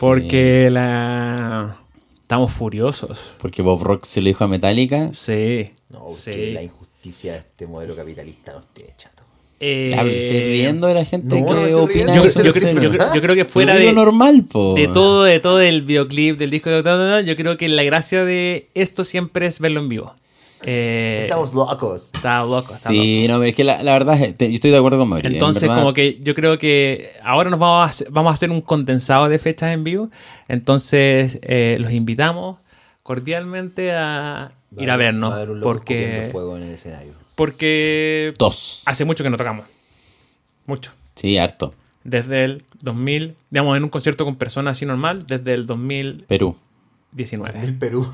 Porque la... estamos furiosos.
Porque Bob Rock se lo dijo a Metallica.
Sí.
No,
sí.
que la injusticia de este modelo capitalista nos tiene chato.
Eh,
Ya, pero te estás riendo de la gente
no,
que
no me estoy
opina
riendo.
Yo,
eso.
yo
en
creo-
serio.
yo creo- yo creo que fuera
Pero
de,
lo normal, po.
de todo, de todo el videoclip, del disco de todo, yo creo que la gracia de esto siempre es verlo en vivo. Eh,
Estamos locos.
Está loco, está loco.
Sí, no, pero es que la, la verdad es, te- yo estoy de acuerdo con Mauri. en
Entonces,
verdad.
como que yo creo que ahora nos vamos a hacer, vamos a hacer un condensado de fechas en vivo. Entonces, eh, los invitamos cordialmente a
Va
ir a
haber-
vernos.
va a haber un loco escupiendo
porque,
fuego en el escenario.
porque
Dos.
hace mucho que no tocamos. Mucho.
Sí, harto.
Desde el 2000, digamos, en un concierto con personas así normal, desde el 2000,
Perú.
19.
El Perú.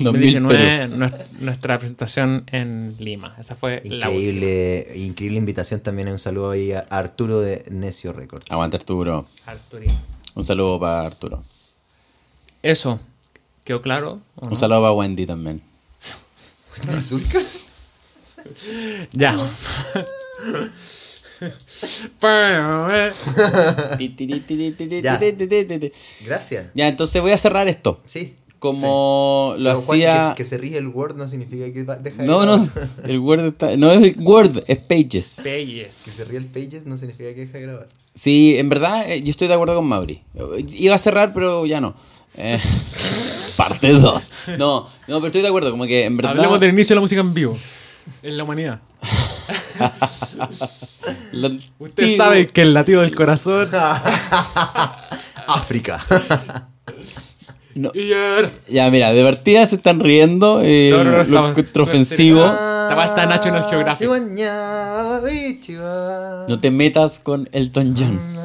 2019.
2019, nues- nuestra presentación en Lima. Esa fue la última.
(laughs) Increíble, increíble invitación también. Un saludo ahí a Arturo de Necio Records.
Aguanta Arturo.
Arturino.
Un saludo para Arturo.
Eso. ¿Quedó claro? o no?
Un saludo para Wendy (laughs) también.
(laughs) ¿Mazurka?
Ya. (laughs) Pero, eh,
Ya. Gracias.
Ya, entonces voy a cerrar esto.
Sí.
Como
Sí.
lo
Pero, Juan,
hacía.
que, que se ríe el Word no significa que va- deja de
No, no.
grabar.
(laughs) El Word está. No es Word, es Pages.
(laughs) Que
Peyes.
se ríe el Pages no significa que deja de grabar.
Sí, en verdad, eh, yo estoy de acuerdo con Mauri. Eh, Iba a cerrar, pero ya no. Eh, (laughs) parte 2. No, no, pero estoy de acuerdo. Como que en verdad.
Hablemos del inicio de la música en vivo. En la humanidad.
lo
Usted
antiguo-
sabe que el latido del corazón.
África.
No.
Y ahora-
Ya, mira, de partida se están riendo. Eh,
No, no, no,
lo
estamos-
encuentro ofensivo.
Esta va a estar National Geographic.
No te metas con Elton John.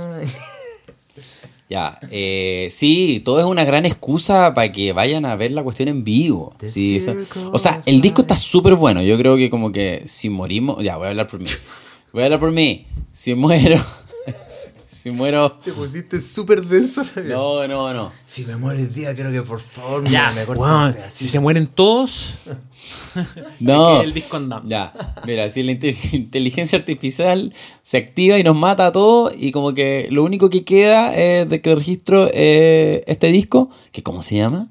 Ya, eh, sí, todo es una gran excusa para que vayan a ver la cuestión en vivo.
The
Sí, eso-
circle
o sea,
of
el disco está
life.
súper bueno. Yo creo que como que si morimos... Ya, voy a hablar por mí. Voy a hablar por mí. Si muero... (laughs) si- Si muero...
Te pusiste súper denso. Javier.
No, no, no.
Si me muero el día, creo que por favor
Ya.
me
Weón,
cortan
si se mueren todos.
No.
El disco andamos.
Ya, mira, si la inte- inteligencia artificial se activa y nos mata a todos y como que lo único que queda es de que registro eh, este disco, que ¿cómo se llama?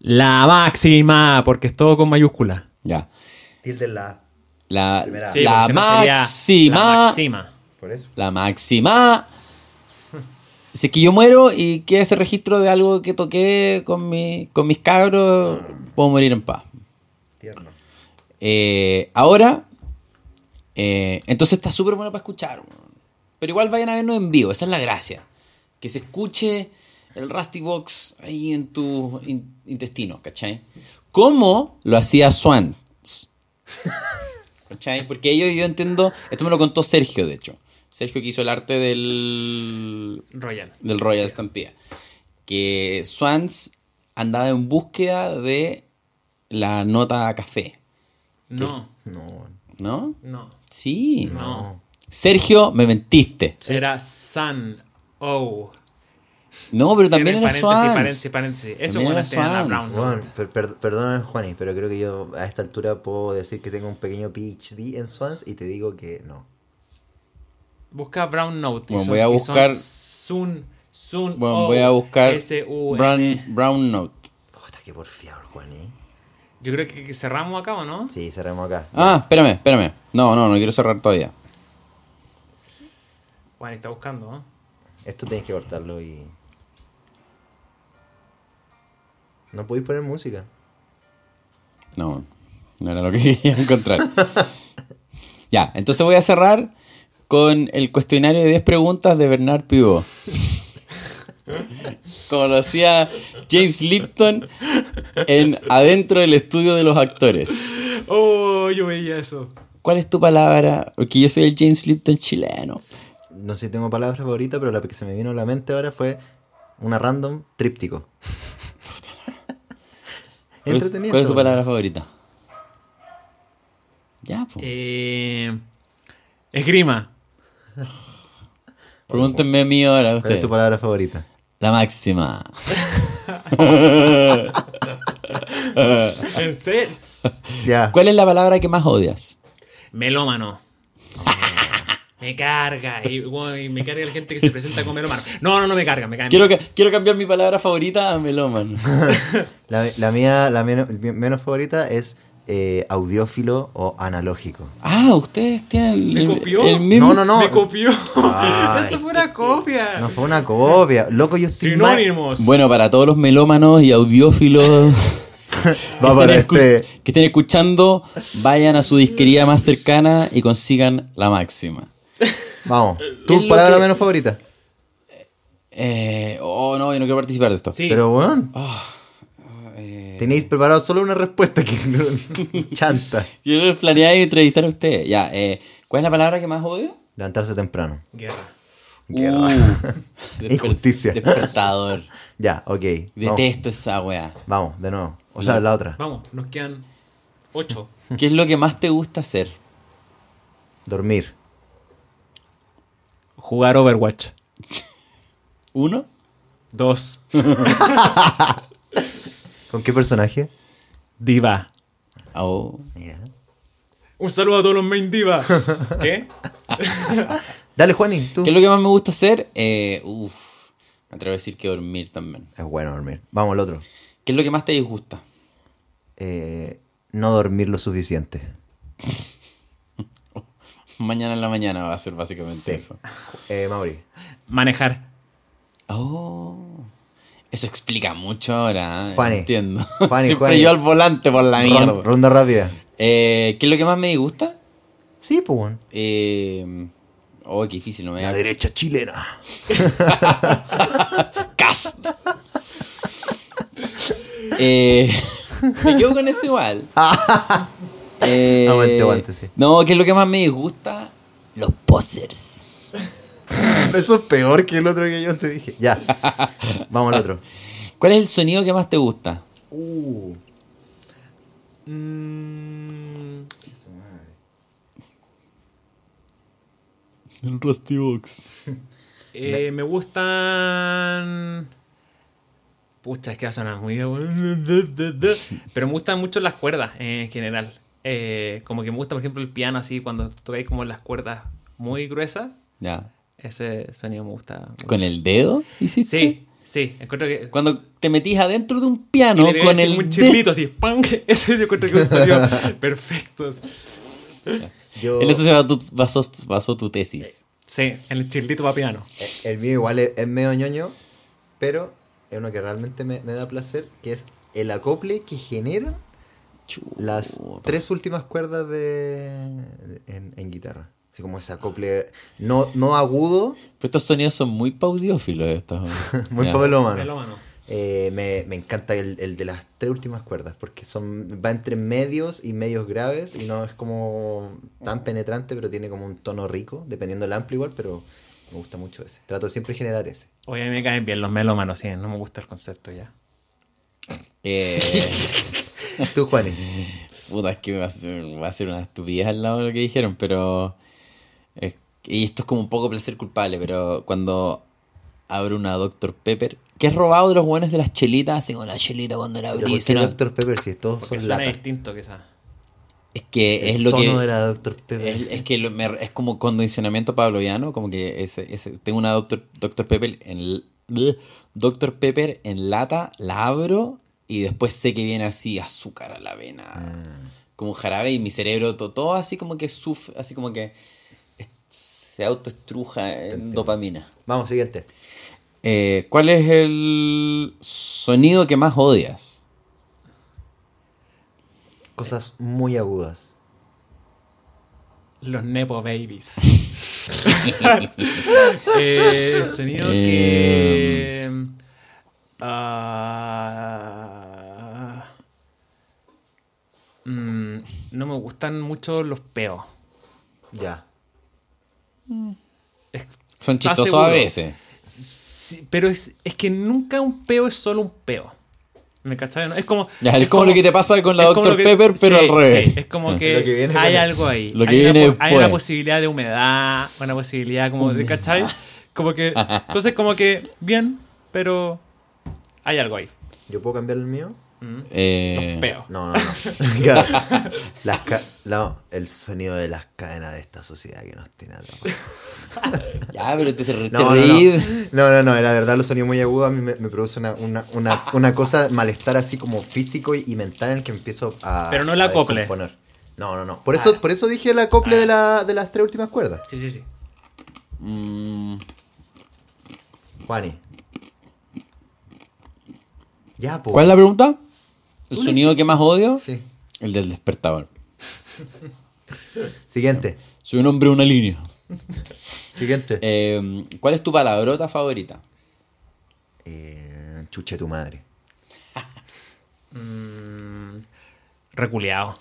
La máxima, porque es todo con mayúscula.
Ya.
Tilde en la A,
La,
Primera.
Sí,
la
porque si no sería La
máxima.
máxima.
Por eso.
La máxima. Si es que yo muero y queda ese registro de algo que toqué con, mi, con mis cabros, puedo morir en paz.
Tierno.
Eh, ahora, eh, entonces está súper bueno para escuchar. weón. Pero igual vayan a vernos en vivo, esa es la gracia. Que se escuche el Rusty Box ahí en tus in- intestinos, ¿cachai? Como lo hacía Swan. ¿Cachai? Porque ellos, yo entiendo, esto me lo contó Sergio, de hecho. Sergio que hizo el arte del
Royal.
del Royal Stampede. Que Swans andaba en búsqueda de la nota café,
No,
No.
¿no?
no.
Sí.
No.
Sergio, me mentiste.
Era Sun O.
No, Oh, pero también era
Cierren paréntesis,
Swans.
Paréntesis, paréntesis. Eso
También
bueno,
era
este era la
Swans.
Brown.
Bueno, per- per- perdóname, Juanis, pero creo que yo a esta altura puedo decir que tengo un pequeño PhD en Swans y te digo que no.
Busca Brown Note. y
Bueno,
son-
voy a
y son
buscar-
Sun. Sun.
Bueno,
O,
voy a buscar
Oh, S U N. E.
Brown, Brown Note.
Puta, qué porfiado el Juanis.
Yo creo que que cerramos acá, ¿o no?
Sí, cerremos acá.
Ah, espérame, espérame. No, no, no quiero cerrar todavía.
Juan está buscando, ¿no?
Esto tenés que cortarlo y. No podéis poner música.
No, no era lo que (laughs) quería encontrar. ya, entonces voy a cerrar con el cuestionario de 10 preguntas de Bernard Pivot. Como lo hacía James Lipton en Adentro del estudio de los actores.
Oh, yo veía eso.
¿Cuál es tu palabra? Porque yo soy el James Lipton chileno.
No sé si tengo palabra favorita, pero la que se me vino a la mente ahora fue una random tríptico.
¿Cuál es,
Entretenido.
cuál es tu
esto,
palabra favorita? Ya, po.
Eh, esgrima.
pregúntenme a mí ahora
¿Cuál es
ustedes.
tu palabra favorita?
La máxima.
¿En serio?
Ya.
¿Cuál es la palabra que más odias? (laughs)
Melómano. Me carga. Y, bueno, y me carga la gente que se presenta con melómano. No, no, no me carga. Me cae.
Quiero, ca- quiero cambiar mi palabra favorita a melómano.
(laughs) La, la mía, la menos, menos favorita es eh, audiófilo o analógico.
Ah, ustedes tienen
¿Me
el,
copió?
el mismo.
No, no, no.
Me copió.
Ay.
Eso fue una copia.
No fue una copia. Loco, yo estoy mal.
Sinónimos.
Bueno, para todos los melómanos y
(laughs)
audiófilos
Va para
estén escu-
este.
que estén escuchando, vayan a su disquería más cercana y consigan la máxima.
Vamos.
¿Qué es
¿Tu
lo
palabra
que-
menos favorita?
Eh, oh, no, yo no quiero participar de esto.
Sí.
Pero bueno,
Ah, Eh,
tenéis preparado solo una respuesta que (laughs) chanta.
yo no planeaba entrevistar a ustedes. Ya, eh, ¿cuál es la palabra que más odio?
Levantarse temprano.
Guerra.
(laughs) Guerra.
Uh, desper-
Injusticia. (laughs)
Despertador.
ya, ok. vamos.
Detesto esa weá.
Vamos, de nuevo. O sea, la otra.
Vamos, nos quedan 8.
¿Qué es lo que más te gusta hacer?
Dormir.
Jugar Overwatch.
¿Uno?
2.
¿Con qué personaje?
Diva.
Oh.
Mira.
Un saludo a todos los main (laughs) divas. ¿Qué?
Dale, Juani, tú.
¿Qué es lo que más me gusta hacer? Eh, uf, me atrevo a decir que dormir también.
Es bueno dormir. Vamos al otro.
¿Qué es lo que más te disgusta? (laughs)
Eh, no dormir lo suficiente.
Mañana en la mañana va a ser básicamente
Sí.
eso.
Eh, Mauri.
Manejar.
Oh. Eso explica mucho ahora. ¿eh?
Juani.
Entiendo. (laughs)
Juani,
Siempre
Juani.
yo al volante por la mierda.
Ron- ronda rápida.
Eh, ¿Qué es lo que más me disgusta?
Sí, pues bueno.
Eh, oh, qué difícil, no me
La
da.
derecha chilena. (laughs)
Cast. Eh, me quedo con eso
(laughs)
igual. Eh,
Aguante, aguante, sí.
No, ¿qué es lo que más me disgusta? Los posers.
(laughs) Eso es peor que el otro que yo te dije. Ya. Vamos al otro.
¿Cuál es el sonido que más te gusta?
(laughs) Uh,
Mm,
El Rusty Box.
eh, me gustan. Pucha, es que va a sonar muy. Pero me gustan mucho las cuerdas eh, en general. Eh, como que me gusta, por ejemplo, el piano así, cuando tocáis como las cuerdas muy gruesas.
Ya.
Ese sonido me gusta. mucho.
¿Con el dedo hiciste?
Sí, sí. Encuentro que.
Cuando te metís adentro de un
y le
piano
pegáis
con
así
el
como Un
dedo.
chirlito así. ¡pam! (laughs) Ese yo encuentro que es un sonido (laughs) perfecto.
yo,
En eso se basó, tu- basó- basó tu tesis.
Sí, el chirlito para piano.
Eh, El mío igual es, es medio ñoño, pero es uno que realmente me, me da placer, que es el acople que generan las
Chuta.
tres últimas cuerdas de, en, en guitarra. Así como ese acople no, no agudo,
Pero estos sonidos son muy paudiófilos estos.
muy
Ya.
papelómano.
Melómano.
Eh, me, me encanta el, el de las tres últimas cuerdas, porque son va entre medios y medios graves, y no es como tan penetrante, pero tiene como un tono rico, dependiendo del amplio igual, pero me gusta mucho ese. Trato siempre de generar ese.
Oye, a mí me caen bien los melómanos, sí. No me gusta el concepto ya.
Eh,
(laughs) Tú,
(laughs)
Juanes.
puta, es que me va a ser, me va a ser una estupidez al lado de lo que dijeron, pero. es- y esto es como un poco placer culpable, pero cuando abro una Dr. Pepper, que es robado de los buenos de las chelitas, tengo la chelita cuando la
Pero
abrí.
¿por qué
suena-
Dr. Pepper si todos
Porque
son
suena
lata?
distinto, quizás.
Es que es
El
lo que.
tono era Dr. Pepper.
Es, es que lo- me- es como condicionamiento pavloviano, como que ese- ese- tengo una Dr. Dr. Pepper en l- bleh, Dr. Pepper en lata, la abro y después sé que viene así azúcar a la
Ah.
vena, como un jarabe y mi cerebro to- todo así como que sufre, así como que es- se autoestruja en dopamina.
Vamos, siguiente.
Eh, ¿Cuál es el sonido que más
(laughs)
odias?
Cosas muy agudas.
Los Nepo Babies. (laughs) eh, sonido que. Ah. Mm, no me gustan mucho los peos.
Ya.
Es-
Son
¿Estás
chistosos a
seguro?
veces.
sí, pero es, es que nunca un peo es solo un peo. ¿Me cachai? No? Es como.
Ya, es como lo que te pasa con la
es como
Dr.
lo que-
Pepper, pero
sí,
al revés.
sí, es como que,
Lo que viene
hay
con-
algo ahí.
lo que
hay,
viene
una, po- hay una
después.
posibilidad de humedad, una posibilidad como de, ¿cachai? Como que. Entonces, como que, bien, pero hay algo ahí.
¿Yo puedo cambiar el mío?
Mm.
Eh,
Peo.
No, no, no. (laughs) Ya. Las ca- no, el sonido de las cadenas de esta sociedad que nos tiene atrapados.
Ya, pero te, te
No, no,
reí.
no. No, no, no, la verdad los sonidos muy agudos a mí me, me produce una, una, una, una cosa, malestar así como físico y, y mental en el que empiezo a...
Pero no el
a
acople. Ah.
descomponer. No, no, no. Por eso, por eso dije el acople de, la, de las tres últimas cuerdas.
Sí, sí, sí.
Mm,
Juani. Ya, pues.
¿Cuál es la pregunta? ¿El
Tú
sonido que más odio?
Sí.
El del despertador.
Siguiente.
Soy un hombre de una línea.
Siguiente. Eh.
Eh, ¿Cuál es tu palabrota favorita?
Eh, chuche tu madre.
Mm, reculeado.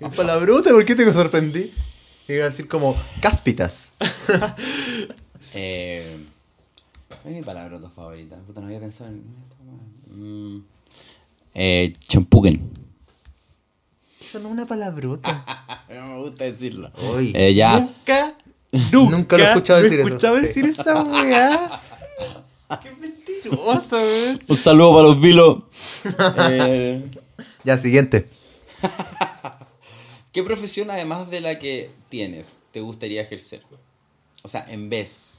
¿Y palabrota? ¿Por qué te sorprendí? Iba a decir como cáspitas.
Eh, ¿Cuál es mi palabra tu favorita? Puta, no había pensado en. Mm. Eh, champuquen.
Eso no es una palabrota.
No me gusta decirlo.
Uy.
Eh, ya. (laughs)
Nunca,
Nunca lo he escuchado decir eso.
escuchado
Sí.
decir esa
(laughs)
weá. Qué mentiroso, weón.
Un saludo para los vilos. Eh,
Ya, siguiente.
¿Qué profesión, además de la que tienes, te gustaría ejercer? O sea, en vez.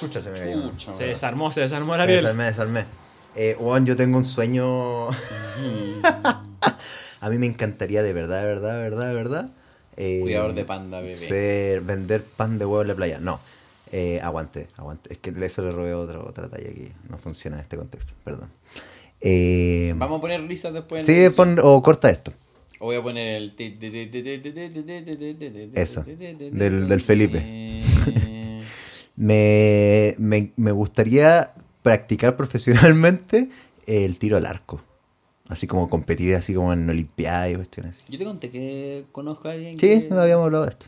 Chucha se me cayó.
Pucha,
Se
weón.
desarmó, se desarmó
Me
Ariel.
desarmé, desarmé. Eh, weón, yo tengo un sueño. (laughs) a mí me encantaría de verdad, de verdad, de verdad, de verdad. eh,
Cuidador de panda, bebé.
Ser, vender pan de huevo en la playa. No. Eh, aguante, aguante. Es que eso le robé otra, otra talla aquí. No funciona en este contexto, perdón. Eh,
Vamos a poner risas después. en la
sí,
edición.
pon- o corta esto.
O voy a poner el. ti- ti- ti- ti- ti- ti- ti- ti- ti- ti- ti- ti-
Eso,
ti- ti- ti-
del-
ti-
del Felipe.
Eh,
Me, me, me gustaría practicar (laughs) profesionalmente el tiro al arco. Así como competir, así como en Olimpiadas y cuestiones así.
Yo te conté que conozco a alguien.
Sí,
que-
no habíamos hablado de esto.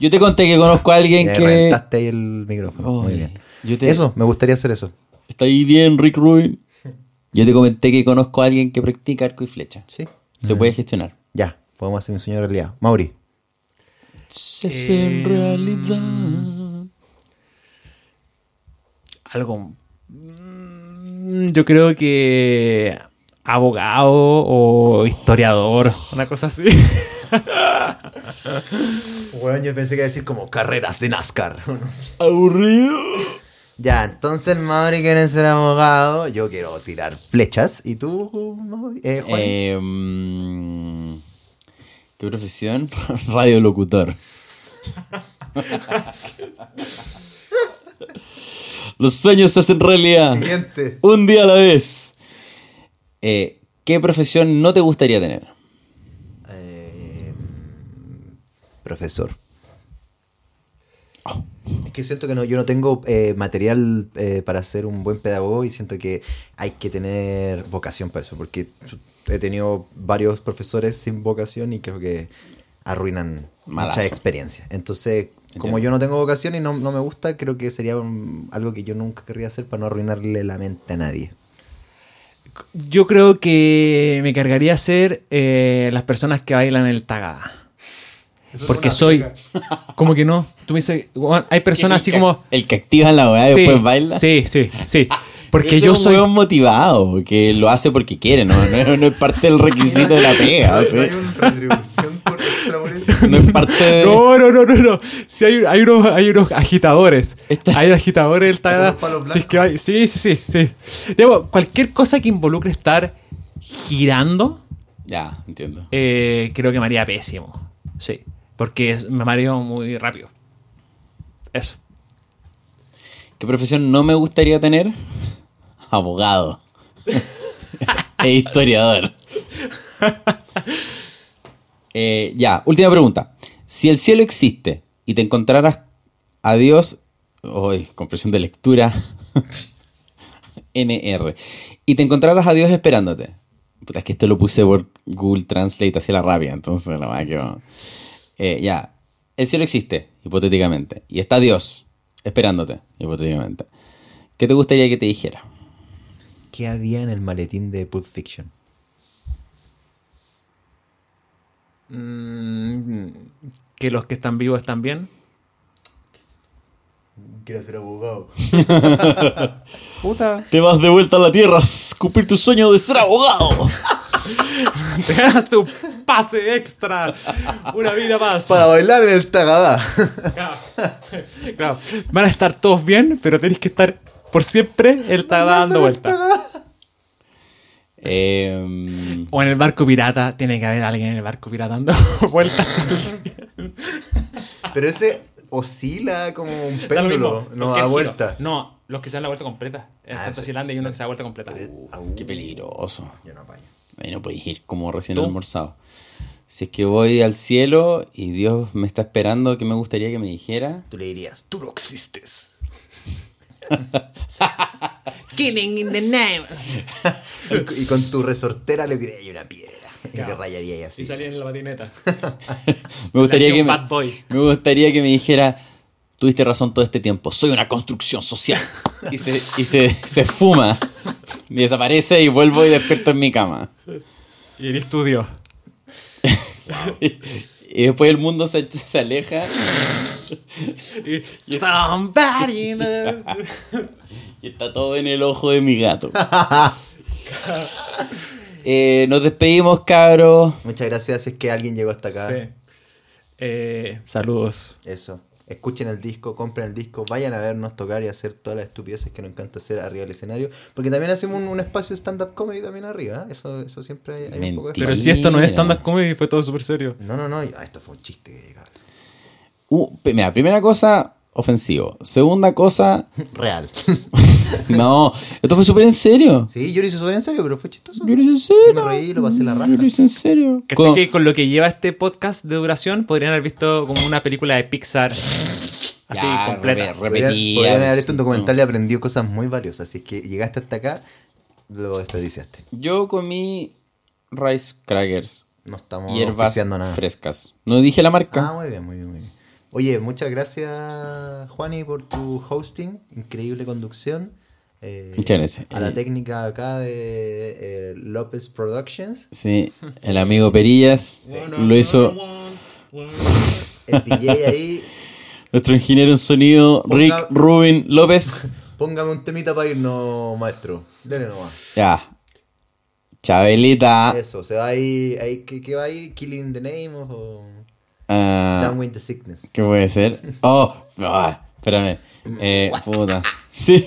Yo te conté que conozco a alguien
Me
que.
reventaste ahí el micrófono.
Oy,
Muy bien.
yo te-
Eso, me gustaría hacer eso.
Está ahí bien, Rick Rubin. Yo te comenté que conozco a alguien que practica arco y flecha.
Sí.
Se
Mm.
puede gestionar.
Ya, podemos hacer mi sueño realidad. Mauri.
Se
hace
Eh,
en
realidad.
Algo. Mm, Yo creo que. Abogado o historiador. Una
(laughs)
cosa así.
Bueno, yo pensé que iba a decir como carreras de NASCAR.
Aburrido.
(laughs) ya, entonces Mauri quiere ser abogado. Yo quiero tirar flechas. ¿Y tú, Mauri? Eh, Juan.
Eh, mm, ¿Qué profesión? (laughs)
(laughs)
Radiolocutor. Los sueños se hacen realidad.
Siguiente.
Un día a la vez. Eh, ¿Qué profesión no te gustaría tener?
Eh, profesor. Es que siento que no, yo no tengo eh, material eh, para ser un buen pedagogo y siento que hay que tener vocación para eso, porque he tenido varios profesores sin vocación y creo que arruinan
Malazo.
mucha experiencia. Entonces,
Entiendo.
como yo no tengo vocación y no, no me gusta, creo que sería un- algo que yo nunca querría hacer para no arruinarle la mente a nadie.
Yo creo que me cargaría ser eh, las personas que bailan el tagada. Porque soy. (laughs) Como que no. Tú me dices. "Juan, Hay personas así
El que-
como.
El que activa la weá y
sí,
Ah, después baila.
Sí, sí,
(laughs)
sí. Porque
Ese
yo
es un
soy.
weón motivado, que lo hace porque quiere, no, no, no es parte del requisito de la
(laughs)
pega. o sea,
una retribución
(laughs)
por extra por eso.
no es parte de...
No, no, no, no, no. Sí, hay, hay unos, hay unos agitadores.
Esta-
Hay agitadores del
Unos
Tagada.
palos
Sí, es que hay- sí, sí, sí, sí. Digo, cualquier cosa que involucre estar girando,
Ya, entiendo.
eh, creo que me haría pésimo. Sí. Porque es- me mareo muy rápido. Eso.
¿Qué profesión no me gustaría tener? Abogado. (laughs) e historiador. (laughs) Eh, ya, última pregunta. Si el cielo existe y te encontraras a Dios, hoy, compresión de lectura, (laughs) NR, y te encontraras a Dios esperándote. Puta, es que esto lo puse por Google Translate hacia la rabia, entonces la verdad que vamos. Eh, ya, el cielo existe, hipotéticamente, y está Dios esperándote, hipotéticamente. ¿Qué te gustaría que te dijera?
¿Qué había en el maletín de Pulp Fiction?
Mm, que los que están vivos están bien. (laughs)
Quiero ser abogado.
Puta.
Te vas de vuelta a la tierra a cumplir tu sueño de ser abogado.
Te ganas tu pase extra. Una vida más.
Para bailar en el tagadá.
Claro. (laughs) Claro. Van a estar todos bien, pero tenéis que estar por siempre él está
(laughs)
dando vuelta.
Eh,
O en el barco pirata, tiene que haber alguien en el barco pirata dando (laughs) vuelta.
Pero ese oscila como un
Da lo
(laughs) péndulo.
mismo.
No
Los que
da
giro.
vuelta.
No, los que se dan la vuelta completa. En
Ah,
Santa
sí. Eh.
Zelandia hay uno que se da la vuelta completa.
Uh, qué peligroso.
Yo no apaño.
Ahí no podéis ir como recién
¿Tú?
almorzado. Si es que voy al cielo y Dios me está esperando, ¿qué me gustaría que me dijera?
Tú le dirías, tú no existes.
Killing in the name.
Y, y con tu resortera le tiraría una piedra. (laughs) Y te rayaría y así.
Y salía en la patineta.
Me gustaría,
hacía
que
un
me,
bad boy.
me gustaría que me dijera, tuviste razón todo este tiempo, soy una construcción social. Y se, y se, se fuma. Y desaparece y vuelvo y despierto en mi cama.
Y el estudio.
Y después el mundo se, se aleja
Y- (laughs) Somebody knows.
y está todo en el ojo de mi
(laughs)
gato. Eh, nos despedimos, cabros.
Muchas gracias si es que alguien llegó hasta acá.
Sí. Eh, saludos.
Eso. Escuchen el disco, compren el disco, vayan a vernos tocar y hacer todas las estupideces que nos encanta hacer arriba del escenario. Porque también hacemos un, un espacio stand-up comedy también arriba. ¿eh? Eso, eso siempre hay, hay un poco de...
Mentira.
Pero si esto no es stand-up comedy, fue todo súper serio.
No, no, no. Ah, esto fue un chiste, cabrón.
Uh, pe- mira, primera cosa, ofensivo. Segunda cosa,
Real.
(laughs) no, esto fue súper en serio.
sí, yo lo hice sobre en serio, pero fue chistoso.
Yo lo hice en
Yo
serio.
me reí y lo pasé la raja.
Yo lo hice en serio.
¿Cachai
Con-
que con lo que lleva este podcast de duración podrían haber visto como una película de Pixar así
Ya,
completa?
re-
Podrían-
repetía,
Podrían haber visto un
sí,
documental y aprendido cosas muy valiosas. Así que llegaste hasta acá, lo desperdiciaste.
Yo comí rice crackers,
No estamos
hierbas
oficiando nada.
frescas. No dije la marca.
Ah, muy bien, muy bien, muy bien. Oye, muchas gracias, Juani, por tu hosting. Increíble conducción. Eh,
Muchas gracias.
A la
Eh,
técnica acá de eh, López Productions.
Sí, el amigo Perillas lo hizo
El
(laughs)
DJ ahí.
nuestro ingeniero en sonido, Rick
Ponga-
Rubin López.
Póngame un temita para irnos, maestro. Dale nomás. (laughs)
Ya. Chabelita.
Eso, se va ahí. ahí ¿qué, qué va ahí? ¿Killing the Name o
Ah,
Down with the Sickness?
¿Qué puede ser? Oh, ah, espérame. Eh, puta. Sí.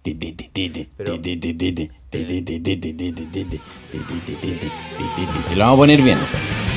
Ti, ti, ti, ti, ti,
Pero-
ti, ti, ti, ti, ti, ti, ti, ti, ti, ti, ti, ti, ti, ti, ti, ti, ti, ti, ti, ti, ti. Lo vamos a poner bien.